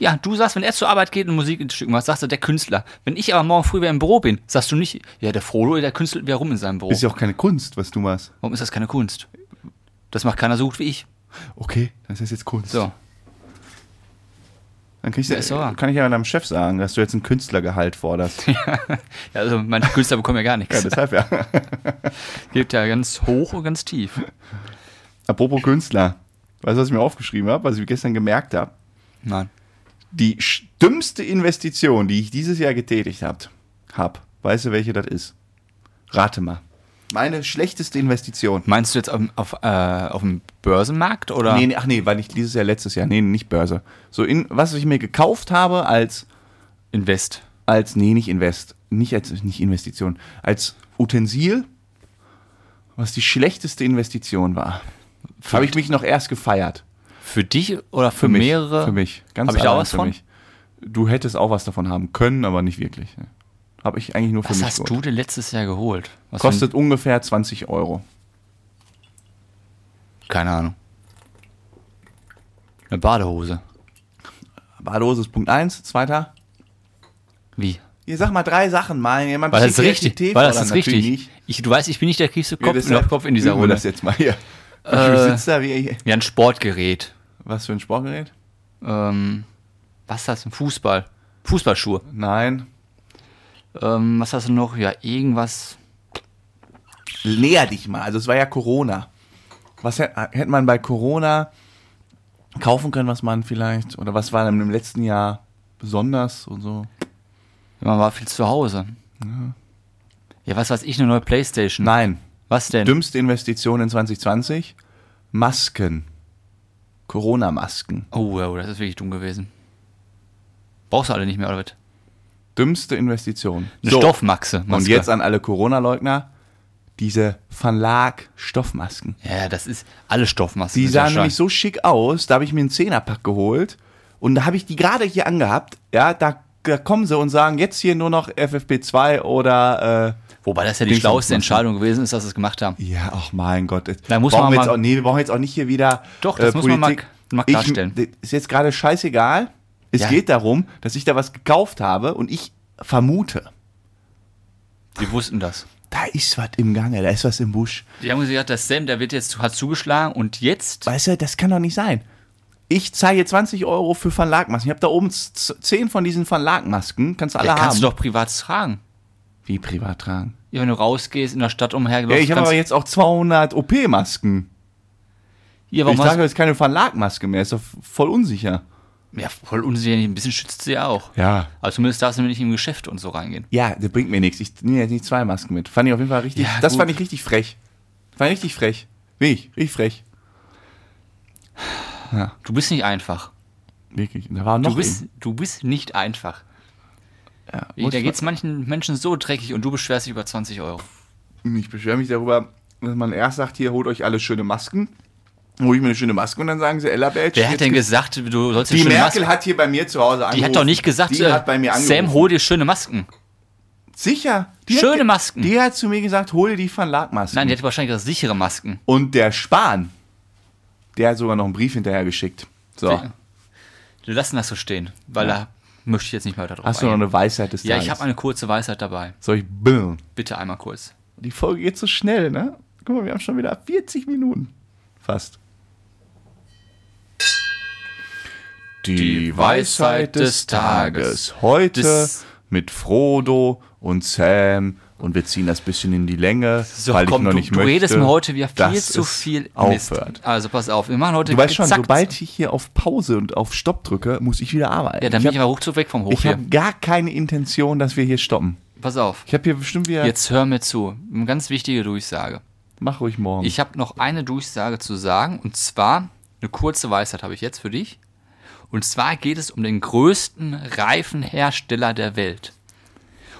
Speaker 2: Ja, du sagst, wenn er zur Arbeit geht und Musik in Stücken macht, sagst du, der Künstler. Wenn ich aber morgen früh wieder im Büro bin, sagst du nicht, ja, der Frodo, der künstelt wieder rum in seinem Büro.
Speaker 1: Ist ja auch keine Kunst, was du machst.
Speaker 2: Warum ist das keine Kunst? Das macht keiner so gut wie ich.
Speaker 1: Okay, das ist jetzt Kunst.
Speaker 2: So.
Speaker 1: Dann kann ich,
Speaker 2: ist doch wahr.
Speaker 1: kann ich ja deinem Chef sagen, dass du jetzt ein Künstlergehalt forderst. ja,
Speaker 2: Ja, also manche Künstler bekommen ja gar nichts.
Speaker 1: deshalb ja.
Speaker 2: Gibt ja ganz hoch und ganz tief.
Speaker 1: Apropos Künstler. Weißt du, was ich mir aufgeschrieben habe, was ich gestern gemerkt habe?
Speaker 2: Nein.
Speaker 1: Die sch- dümmste Investition, die ich dieses Jahr getätigt habe, hab, weißt du, welche das ist? Rate mal. Meine schlechteste Investition.
Speaker 2: Meinst du jetzt auf, auf, äh, auf dem Börsenmarkt oder?
Speaker 1: Nee, nee, ach nee, war nicht dieses Jahr, letztes Jahr. Nee, nicht Börse. So in, was ich mir gekauft habe als,
Speaker 2: Invest.
Speaker 1: als, nee, nicht Invest, nicht als, nicht Investition, als Utensil, was die schlechteste Investition war. Habe ich mich noch erst gefeiert.
Speaker 2: Für dich oder für,
Speaker 1: mich,
Speaker 2: mehrere?
Speaker 1: Für mich. Ganz
Speaker 2: Habe ich da
Speaker 1: allein
Speaker 2: was
Speaker 1: für
Speaker 2: von?
Speaker 1: mich. Du hättest auch was davon haben können, aber nicht wirklich. Habe ich eigentlich nur für
Speaker 2: Was
Speaker 1: mich
Speaker 2: hast
Speaker 1: geholt.
Speaker 2: du denn letztes Jahr geholt? Was
Speaker 1: Kostet ungefähr 20 Euro.
Speaker 2: Für, keine Ahnung. Eine Badehose.
Speaker 1: Badosis Punkt 1, zweiter.
Speaker 2: Wie?
Speaker 1: Ihr sag mal drei Sachen mal. Ja, mal ein
Speaker 2: War das
Speaker 1: bisschen
Speaker 2: richtig?
Speaker 1: Kreativität
Speaker 2: War das
Speaker 1: fordern
Speaker 2: das richtig?
Speaker 1: natürlich nicht.
Speaker 2: Ich, du weißt, ich bin nicht der tiefste
Speaker 1: Ja,
Speaker 2: Kopf,
Speaker 1: deshalb
Speaker 2: Kopf in dieser
Speaker 1: üben wir
Speaker 2: Runde.
Speaker 1: das jetzt mal hier.
Speaker 2: Äh.
Speaker 1: Ich sitze da wie.
Speaker 2: Ja, ein Sportgerät.
Speaker 1: Was für ein Sportgerät?
Speaker 2: Ähm, was ist das? Ein Fußball. Fußballschuhe.
Speaker 1: Nein.
Speaker 2: Ähm, was hast du noch? Ja, irgendwas.
Speaker 1: Lehr dich mal. Also, es war ja Corona. Was hätte hätte man bei Corona kaufen können, was man vielleicht? Oder was war im letzten Jahr besonders und so?
Speaker 2: Man war viel zu Hause. Ja, was weiß ich, eine neue Playstation.
Speaker 1: Nein.
Speaker 2: Was denn?
Speaker 1: Dümmste Investition in 2020? Masken. Corona-Masken.
Speaker 2: Oh, ja, oh, das ist wirklich dumm gewesen. Brauchst du alle nicht mehr, oder was?
Speaker 1: Dümmste Investition.
Speaker 2: Eine Stoffmaxe.
Speaker 1: Und jetzt an alle Corona-Leugner, diese Van Laak Stoffmasken.
Speaker 2: Ja, das ist alle Stoffmassen.
Speaker 1: Die
Speaker 2: sind ja
Speaker 1: sahen nämlich
Speaker 2: scheiße.
Speaker 1: so schick aus, da habe ich mir einen Zehnerpack geholt und da habe ich die gerade hier angehabt. Ja, da, da kommen sie und sagen jetzt hier nur noch FFP2 oder
Speaker 2: Wobei das ja die
Speaker 1: Dings-
Speaker 2: schlauste
Speaker 1: Masken.
Speaker 2: Entscheidung gewesen ist, dass sie es gemacht haben.
Speaker 1: äh, ja, ach mein Gott. Jetzt
Speaker 2: Da muss
Speaker 1: brauchen
Speaker 2: man
Speaker 1: wir
Speaker 2: mal-
Speaker 1: jetzt auch, nee, wir brauchen jetzt auch nicht hier wieder äh,
Speaker 2: Doch, das muss man mal- mal klarstellen.
Speaker 1: Ich, ist jetzt gerade scheißegal. Es
Speaker 2: Ja.
Speaker 1: geht darum, dass ich da was gekauft habe und ich vermute,
Speaker 2: Die wussten das.
Speaker 1: da ist was im Gange, da ist was im Busch.
Speaker 2: Die haben gesagt, der Sam, der wird jetzt hat zugeschlagen und jetzt.
Speaker 1: Weißt du, das kann doch nicht sein. Ich zahle 20 Euro für Van Laak-Masken. Ich habe da oben z- z- 10 von diesen Van Laak-Masken. Kannst du alle
Speaker 2: Ja, kannst
Speaker 1: haben.
Speaker 2: du doch privat tragen.
Speaker 1: Wie privat tragen?
Speaker 2: Ja, wenn du rausgehst, in der Stadt
Speaker 1: Ja,
Speaker 2: umherläufst.
Speaker 1: ich habe
Speaker 2: kannst-
Speaker 1: aber jetzt auch 200 OP-Masken.
Speaker 2: Hier,
Speaker 1: Ich
Speaker 2: warum hast,
Speaker 1: trage jetzt keine Van Laak-Maske mehr. Ist doch voll unsicher.
Speaker 2: ja, voll unsinnig. Ein bisschen schützt sie ja auch.
Speaker 1: Ja.
Speaker 2: Aber zumindest darfst du nicht im Geschäft und so reingehen.
Speaker 1: Ja, das bringt mir nichts. Ich nehme jetzt nicht zwei Masken mit. Fand ich auf jeden Fall richtig.
Speaker 2: Ja,
Speaker 1: das
Speaker 2: gut.
Speaker 1: fand ich richtig frech. Fand ich richtig frech. Wirklich, richtig frech.
Speaker 2: Du bist nicht einfach.
Speaker 1: Wirklich. Da war noch
Speaker 2: Du bist, du bist nicht einfach.
Speaker 1: Ja,
Speaker 2: Da geht es manchen Menschen so dreckig und du beschwerst dich über 20 Euro.
Speaker 1: Ich beschwere mich darüber, dass man erst sagt, hier, holt euch alle schöne Masken. Dann Hole ich mir eine schöne Maske und dann sagen sie, Ella Badge.
Speaker 2: Wer
Speaker 1: jetzt
Speaker 2: hat denn gesagt, du sollst dir
Speaker 1: Die
Speaker 2: schöne
Speaker 1: Merkel
Speaker 2: Masken-
Speaker 1: hat hier bei mir zu Hause angerufen.
Speaker 2: Die hat doch nicht gesagt,
Speaker 1: die
Speaker 2: äh,
Speaker 1: hat bei mir angerufen.
Speaker 2: Sam, hol dir schöne Masken.
Speaker 1: Sicher. Die
Speaker 2: Schöne
Speaker 1: hat,
Speaker 2: Masken.
Speaker 1: Die hat zu mir gesagt, hol dir die Van Laak Masken.
Speaker 2: Nein, die hätte wahrscheinlich gesagt, sichere Masken.
Speaker 1: Und der Spahn, der hat sogar noch einen Brief hinterher geschickt. So.
Speaker 2: Wir lassen das so stehen, weil
Speaker 1: Ja.
Speaker 2: da möchte ich jetzt nicht mehr darauf
Speaker 1: Hast du noch
Speaker 2: eingehen.
Speaker 1: eine Weisheit des
Speaker 2: Ja,
Speaker 1: Tages?
Speaker 2: ich habe eine kurze Soll dabei.
Speaker 1: Soll ich bimmeln?
Speaker 2: Bitte einmal kurz.
Speaker 1: Die Folge geht so schnell, ne? Guck mal, wir haben schon wieder 40 Minuten. Fast. Die Weisheit des Tages. Heute
Speaker 2: Des-
Speaker 1: mit Frodo und Sam. Und wir ziehen das bisschen in die Länge,
Speaker 2: So,
Speaker 1: weil
Speaker 2: komm,
Speaker 1: ich noch
Speaker 2: du,
Speaker 1: nicht
Speaker 2: du
Speaker 1: möchte,
Speaker 2: redest mir heute wieder viel
Speaker 1: dass
Speaker 2: zu
Speaker 1: es
Speaker 2: viel Mist.
Speaker 1: aufhört.
Speaker 2: Also pass auf, wir machen heute
Speaker 1: Du weißt schon,
Speaker 2: gezackt.
Speaker 1: sobald ich hier auf Pause und auf Stopp drücke, muss ich wieder arbeiten.
Speaker 2: Ja, dann
Speaker 1: ich
Speaker 2: bin ich
Speaker 1: habe
Speaker 2: mal hochzug weg vom Hof
Speaker 1: ich
Speaker 2: hier.
Speaker 1: hab gar keine Intention, dass wir hier stoppen.
Speaker 2: Pass auf,
Speaker 1: Ich habe hier bestimmt wieder...
Speaker 2: jetzt hör mir zu. Eine ganz wichtige Durchsage.
Speaker 1: Mach ruhig morgen.
Speaker 2: Ich habe noch eine Durchsage zu sagen und zwar eine kurze Weisheit habe ich jetzt für dich. Und zwar geht es um den größten Reifenhersteller der Welt.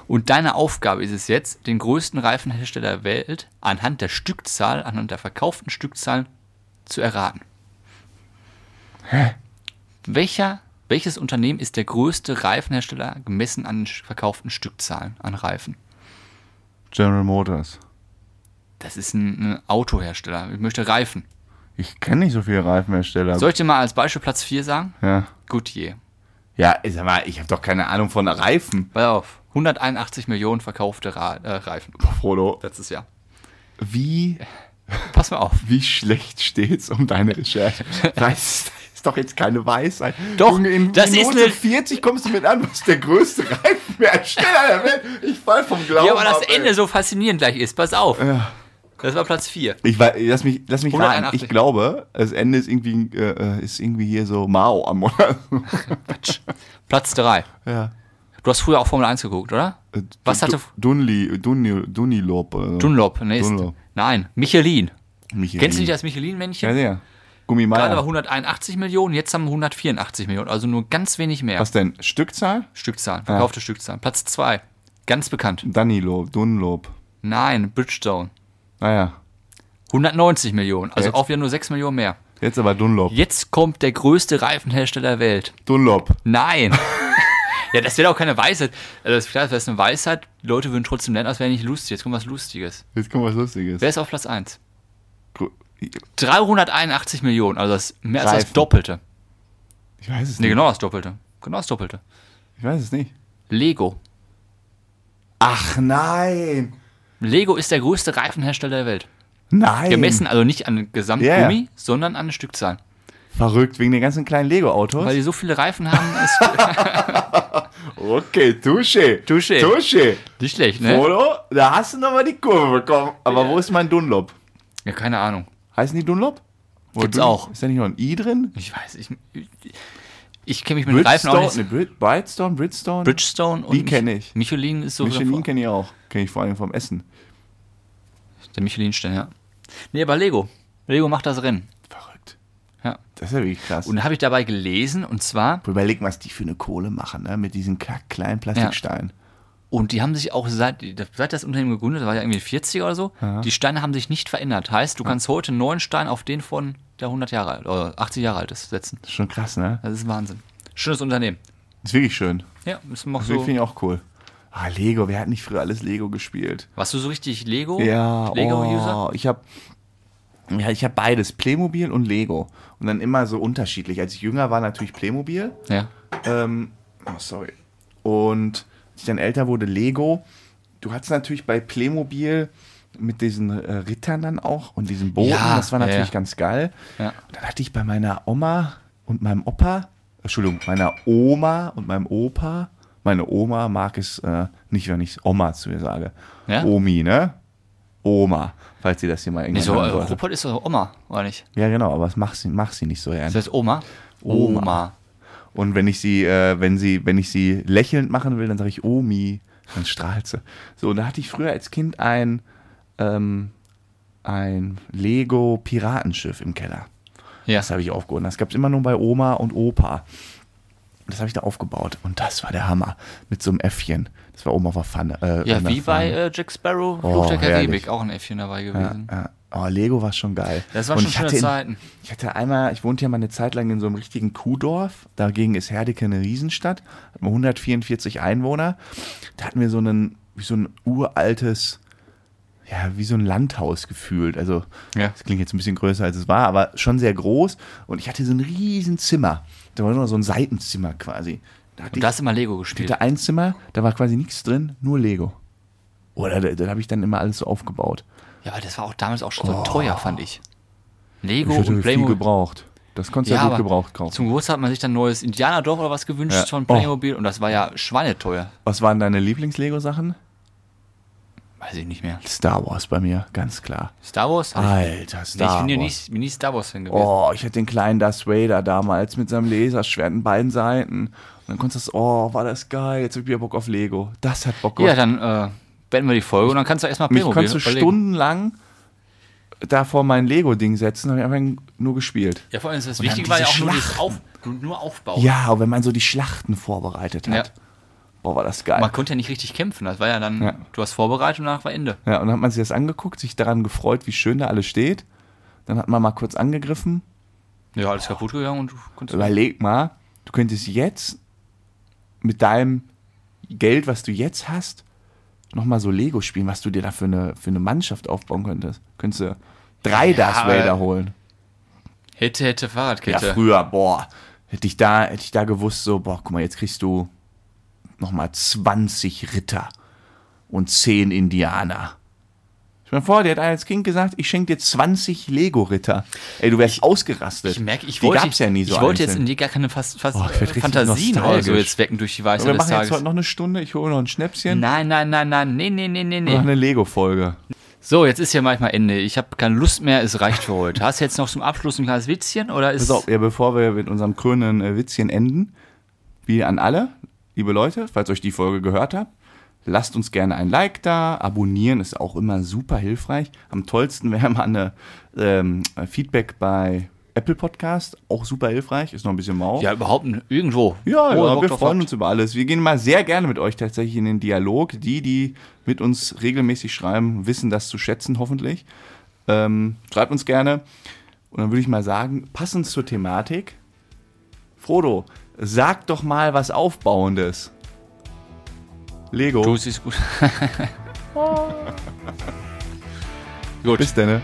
Speaker 2: Und deine Aufgabe ist es jetzt, den größten Reifenhersteller der Welt anhand der Stückzahl, anhand der verkauften Stückzahlen zu erraten. Hä? Welcher, welches Unternehmen ist der größte Reifenhersteller gemessen an den verkauften Stückzahlen an Reifen?
Speaker 1: General Motors.
Speaker 2: Das ist ein, ein Autohersteller. Ich möchte Reifen.
Speaker 1: Ich kenne nicht so viele Reifenhersteller.
Speaker 2: Soll ich dir mal als Beispiel Platz 4 sagen?
Speaker 1: ja.
Speaker 2: Goodyear.
Speaker 1: ja, sag mal, ich habe doch keine Ahnung von Reifen,
Speaker 2: Pass auf. 181 Millionen verkaufte Ra äh, Reifen
Speaker 1: Frodo.
Speaker 2: letztes Jahr.
Speaker 1: Wie,
Speaker 2: Pass mal auf.
Speaker 1: wie schlecht steht's um deine Recherche? Weißt ist doch jetzt keine Weisheit.
Speaker 2: Doch,
Speaker 1: Junge, in,
Speaker 2: das
Speaker 1: in
Speaker 2: ist
Speaker 1: Note
Speaker 2: eine-
Speaker 1: 40 kommst du mit an, was der größte Reifenhersteller der Welt. Ich fall vom Glauben.
Speaker 2: Ja, aber das
Speaker 1: ab, ey.
Speaker 2: Ende so faszinierend gleich ist. Pass auf. Das war Platz 4.
Speaker 1: Ich weiß, lass mich, lass mich raten.
Speaker 2: 181.
Speaker 1: Ich glaube, das Ende ist irgendwie, äh, äh, ist irgendwie hier so Mao am oder so.
Speaker 2: Platz 3.
Speaker 1: ja.
Speaker 2: Du hast früher auch Formel 1 geguckt, oder?
Speaker 1: Äh,
Speaker 2: Was hatte
Speaker 1: Du- Dunli, Dunli, Dunilop. Äh,
Speaker 2: Dunlop? Nee, ist,
Speaker 1: Dunlop.
Speaker 2: Nein, Michelin.
Speaker 1: Michelin.
Speaker 2: Kennst du nicht
Speaker 1: das?
Speaker 2: das Michelin-Männchen?
Speaker 1: Ja, ja.
Speaker 2: Gerade war
Speaker 1: Gummimeier.
Speaker 2: 181 Millionen, jetzt haben wir 184 Millionen, also nur ganz wenig mehr.
Speaker 1: Was denn? Stückzahl?
Speaker 2: Stückzahlen, verkaufte Stückzahlen. Platz 2, ganz bekannt.
Speaker 1: Danilo, Dunlop.
Speaker 2: Nein, Bridgestone.
Speaker 1: Naja.
Speaker 2: 190 Millionen, also
Speaker 1: Jetzt?
Speaker 2: auch wieder nur 6 Millionen mehr.
Speaker 1: Jetzt aber Dunlop.
Speaker 2: Jetzt kommt der größte Reifenhersteller der Welt.
Speaker 1: Dunlop.
Speaker 2: Nein. ja, das wäre auch keine Weisheit. Also das ist klar, das wäre eine Weisheit. Die Leute würden trotzdem lernen, als wäre nicht lustig. Jetzt kommt was Lustiges.
Speaker 1: Jetzt kommt was Lustiges.
Speaker 2: Wer ist auf Platz 1?
Speaker 1: Gru-
Speaker 2: 381 Millionen, also das ist mehr als das
Speaker 1: Reifen.
Speaker 2: Doppelte.
Speaker 1: Ich weiß es
Speaker 2: Nee,
Speaker 1: nicht.
Speaker 2: genau das Doppelte. Genau das Doppelte.
Speaker 1: Ich weiß es nicht.
Speaker 2: Lego.
Speaker 1: Ach nein.
Speaker 2: Lego ist der größte Reifenhersteller der Welt.
Speaker 1: Nein.
Speaker 2: Gemessen also nicht an
Speaker 1: Ja,
Speaker 2: Gesamtgummi,
Speaker 1: ja.
Speaker 2: sondern an Stückzahlen.
Speaker 1: Verrückt wegen den ganzen kleinen Lego-Autos.
Speaker 2: Weil die so viele Reifen haben, ist
Speaker 1: Okay, Tusche.
Speaker 2: Touché.
Speaker 1: Tusche.
Speaker 2: nicht schlecht, ne?
Speaker 1: Polo, da hast du nochmal die Kurve bekommen. Aber wo ist mein Dunlop?
Speaker 2: Ja, keine Ahnung.
Speaker 1: Heißen die Dunlop? Oder
Speaker 2: Gibt's
Speaker 1: Dun-
Speaker 2: auch.
Speaker 1: Ist da nicht noch ein I drin?
Speaker 2: Ich weiß, ich, ich kenne mich mit Reifen auch nicht.
Speaker 1: nee, Brid Bridestone, Bridstone.
Speaker 2: Bridgestone und
Speaker 1: Die kenn ich.
Speaker 2: Michelin ist so
Speaker 1: Michelin kenne ich auch. Kenne ich vor allem vom Essen.
Speaker 2: der Michelin-Stern, ja. Nee, aber Lego. Lego macht das Rennen.
Speaker 1: Verrückt.
Speaker 2: Ja.
Speaker 1: Das ist ja wirklich krass.
Speaker 2: Und da habe ich dabei gelesen, und zwar,
Speaker 1: überleg mal, was die für eine Kohle machen, ne? Mit diesen kack kleinen Plastiksteinen.
Speaker 2: und die haben sich auch seit, seit das Unternehmen gegründet, das war ja irgendwie 40 oder so, die Steine haben sich nicht verändert. Heißt, du kannst heute einen neuen Stein auf den von der 100 Jahre alt oder 80 Jahre alt ist setzen.
Speaker 1: Das ist schon krass, ne?
Speaker 2: Das ist Wahnsinn. Schönes Unternehmen.
Speaker 1: Ist wirklich schön.
Speaker 2: Ja, ist noch
Speaker 1: Das so.
Speaker 2: so.
Speaker 1: finde ich auch cool. Ah, Lego, wer hat nicht früher alles Lego gespielt?
Speaker 2: Warst du so richtig Lego?
Speaker 1: Ja,
Speaker 2: Lego-User?
Speaker 1: Oh, ich habe ja, ich habe beides, Playmobil und Lego. Und dann immer so unterschiedlich. Als ich jünger war, natürlich Playmobil.
Speaker 2: Ja.
Speaker 1: Ähm, oh, sorry. Und als ich dann älter wurde, Lego. Du hattest natürlich bei Playmobil mit diesen äh, Rittern dann auch und diesen Boden,
Speaker 2: Ja,
Speaker 1: das war
Speaker 2: ja,
Speaker 1: natürlich
Speaker 2: ja.
Speaker 1: ganz geil.
Speaker 2: Ja.
Speaker 1: Und dann hatte ich bei meiner Oma und meinem Opa, Entschuldigung, meiner Oma und meinem Opa, meine Oma mag es äh, nicht, wenn ich Oma zu ihr sage.
Speaker 2: Ja?
Speaker 1: Omi, ne? Oma, falls sie das hier mal irgendwann
Speaker 2: Nicht so, äh,
Speaker 1: hören sollte.
Speaker 2: Rupert ist doch Oma, oder nicht?
Speaker 1: Ja, genau, aber das macht sie, macht sie nicht so
Speaker 2: Ist
Speaker 1: ernst.
Speaker 2: das Oma?
Speaker 1: Oma. Und wenn ich sie, äh, wenn sie, wenn ich sie lächelnd machen will, dann sage ich Omi, dann strahlt sie. So, und da hatte ich früher als Kind ein, ähm, ein Lego Piratenschiff im Keller.
Speaker 2: Ja.
Speaker 1: Das habe ich aufgehoben. Das gab es immer nur bei Oma und Opa. Das habe ich da aufgebaut und das war der Hammer mit so einem Äffchen. Das war oben auf der Pfanne. Äh,
Speaker 2: Ja,
Speaker 1: in der
Speaker 2: wie bei
Speaker 1: Pfanne.
Speaker 2: äh, Jack Sparrow,
Speaker 1: Oh,
Speaker 2: Fluch der Karibik,
Speaker 1: herrlich.
Speaker 2: auch ein Äffchen dabei gewesen.
Speaker 1: Ja, ja. Aber Lego war schon geil.
Speaker 2: Das waren
Speaker 1: Und
Speaker 2: schon
Speaker 1: ich
Speaker 2: schöne
Speaker 1: hatte in-
Speaker 2: Zeiten.
Speaker 1: Ich hatte einmal, ich wohnte ja mal eine Zeit lang in so einem richtigen Kuhdorf. Dagegen ist Herdecke eine Riesenstadt. Hatten wir 144 Einwohner. Da hatten wir so einen, wie so ein uraltes, ja, wie so ein Landhaus gefühlt. Also,
Speaker 2: Ja.
Speaker 1: das klingt jetzt ein bisschen größer als es war, aber schon sehr groß. Und ich hatte so ein riesen Zimmer. Da war nur so ein Seitenzimmer quasi. Da hatte
Speaker 2: Und da hast du immer Lego
Speaker 1: ich
Speaker 2: gespielt.
Speaker 1: hatte ein Zimmer, da war quasi nichts drin, nur Lego. Oder da, da habe ich dann immer alles so aufgebaut.
Speaker 2: Ja, aber das war auch damals auch schon so teuer, fand ich. Lego
Speaker 1: Oh. Ich hätte
Speaker 2: und
Speaker 1: viel
Speaker 2: Playmobil.
Speaker 1: gebraucht. Das konntest du ja, gut
Speaker 2: aber
Speaker 1: gebraucht kaufen.
Speaker 2: Zum Geburtstag hat man sich dann ein neues Indianerdorf oder was gewünscht
Speaker 1: Ja. Oh.
Speaker 2: von Playmobil und das war ja schweineteuer.
Speaker 1: Was waren deine Lieblings-Lego-Sachen?
Speaker 2: Weiß ich nicht mehr.
Speaker 1: Star Wars bei mir, ganz klar.
Speaker 2: Star Wars? Hab
Speaker 1: Alter,
Speaker 2: ich, nee, ich
Speaker 1: Ah, Star
Speaker 2: bin ja
Speaker 1: Wars.
Speaker 2: nicht, bin nicht Star Wars-Fan gewesen.
Speaker 1: Oh, ich hatte den kleinen Darth Vader damals mit seinem Laserschwert an beiden Seiten. Und dann konntest du das, oh, war das geil, jetzt hab ich wieder Bock auf Lego. Das hat Bock
Speaker 2: ja,
Speaker 1: gemacht.
Speaker 2: dann äh, beenden wir die Folge und dann kannst du erstmal
Speaker 1: Mich
Speaker 2: Playmobil
Speaker 1: konntest du
Speaker 2: überlegen.
Speaker 1: stundenlang da vor mein Lego-Ding setzen, habe ich einfach nur gespielt.
Speaker 2: Ja, vor allem ist das
Speaker 1: Und dann
Speaker 2: Wichtige war ja auch
Speaker 1: diese
Speaker 2: nur, dieses Auf,
Speaker 1: Schlachten.
Speaker 2: nur Aufbauen.
Speaker 1: Ja, aber wenn man so die Schlachten vorbereitet hat.
Speaker 2: Ja.
Speaker 1: Boah, war das geil.
Speaker 2: Man konnte ja nicht richtig kämpfen. Das war ja dann,
Speaker 1: Ja.
Speaker 2: du hast vorbereitet und danach war Ende.
Speaker 1: Ja, und dann hat man sich das angeguckt, sich daran gefreut, wie schön da alles steht. Dann hat man mal kurz angegriffen.
Speaker 2: Ja, alles kaputt gegangen und du konntest.
Speaker 1: Überleg mal, du könntest jetzt mit deinem Geld, was du jetzt hast, nochmal so Lego spielen, was du dir da für eine, für eine Mannschaft aufbauen könntest. Könntest du drei Darth
Speaker 2: aber-
Speaker 1: Vader holen.
Speaker 2: Hätte, hätte
Speaker 1: Ja,
Speaker 2: Fahrradkette.
Speaker 1: früher, boah, hätte ich da, hätte ich da gewusst, so, boah, guck mal, jetzt kriegst du nochmal 20 Ritter und 10 Indianer. Stell dir vor, der hat als Kind gesagt, ich schenke dir 20 Lego-Ritter. Ey, du wärst ausgerastet.
Speaker 2: Ich merke, ich
Speaker 1: Die
Speaker 2: wollte,
Speaker 1: gab's ja nie so
Speaker 2: ich wollte jetzt
Speaker 1: einzeln.
Speaker 2: in dir gar keine fast, fast
Speaker 1: Oh, ich werd
Speaker 2: äh,
Speaker 1: richtig
Speaker 2: Fantasien oder so
Speaker 1: nostalgisch.
Speaker 2: jetzt wecken durch die Weisheit
Speaker 1: wir
Speaker 2: des
Speaker 1: machen jetzt
Speaker 2: Tages.
Speaker 1: heute noch eine Stunde, ich hole noch ein Schnäpschen.
Speaker 2: Nein, nein, nein, nein, nee, nee, nee, nee,
Speaker 1: Noch
Speaker 2: nee.
Speaker 1: eine Lego-Folge.
Speaker 2: So, jetzt ist hier manchmal Ende. Ich habe keine Lust mehr, es reicht für heute. Hast du jetzt noch zum Abschluss ein kleines Witzchen oder ist...
Speaker 1: Pass auf, ja, bevor wir mit unserem krönenden äh, Witzchen enden, wie an alle, liebe Leute, falls euch die Folge gehört habt, lasst uns gerne ein Like da, abonnieren ist auch immer super hilfreich. Am tollsten wäre mal eine ähm, Feedback bei Apple Podcast, auch super hilfreich, ist noch ein bisschen mau.
Speaker 2: Ja, überhaupt n- irgendwo.
Speaker 1: Ja,
Speaker 2: Wo ihr
Speaker 1: ja
Speaker 2: Bock
Speaker 1: wir
Speaker 2: drauf
Speaker 1: freuen
Speaker 2: habt.
Speaker 1: uns über alles. Wir gehen mal sehr gerne mit euch tatsächlich in den Dialog. Die, die mit uns regelmäßig schreiben, wissen das zu schätzen, hoffentlich. Ähm, schreibt uns gerne. Und dann würde ich mal sagen, passend zur Thematik, Frodo, sag doch mal was Aufbauendes. Lego.
Speaker 2: Du siehst gut. gut.
Speaker 1: Bis denn. ne?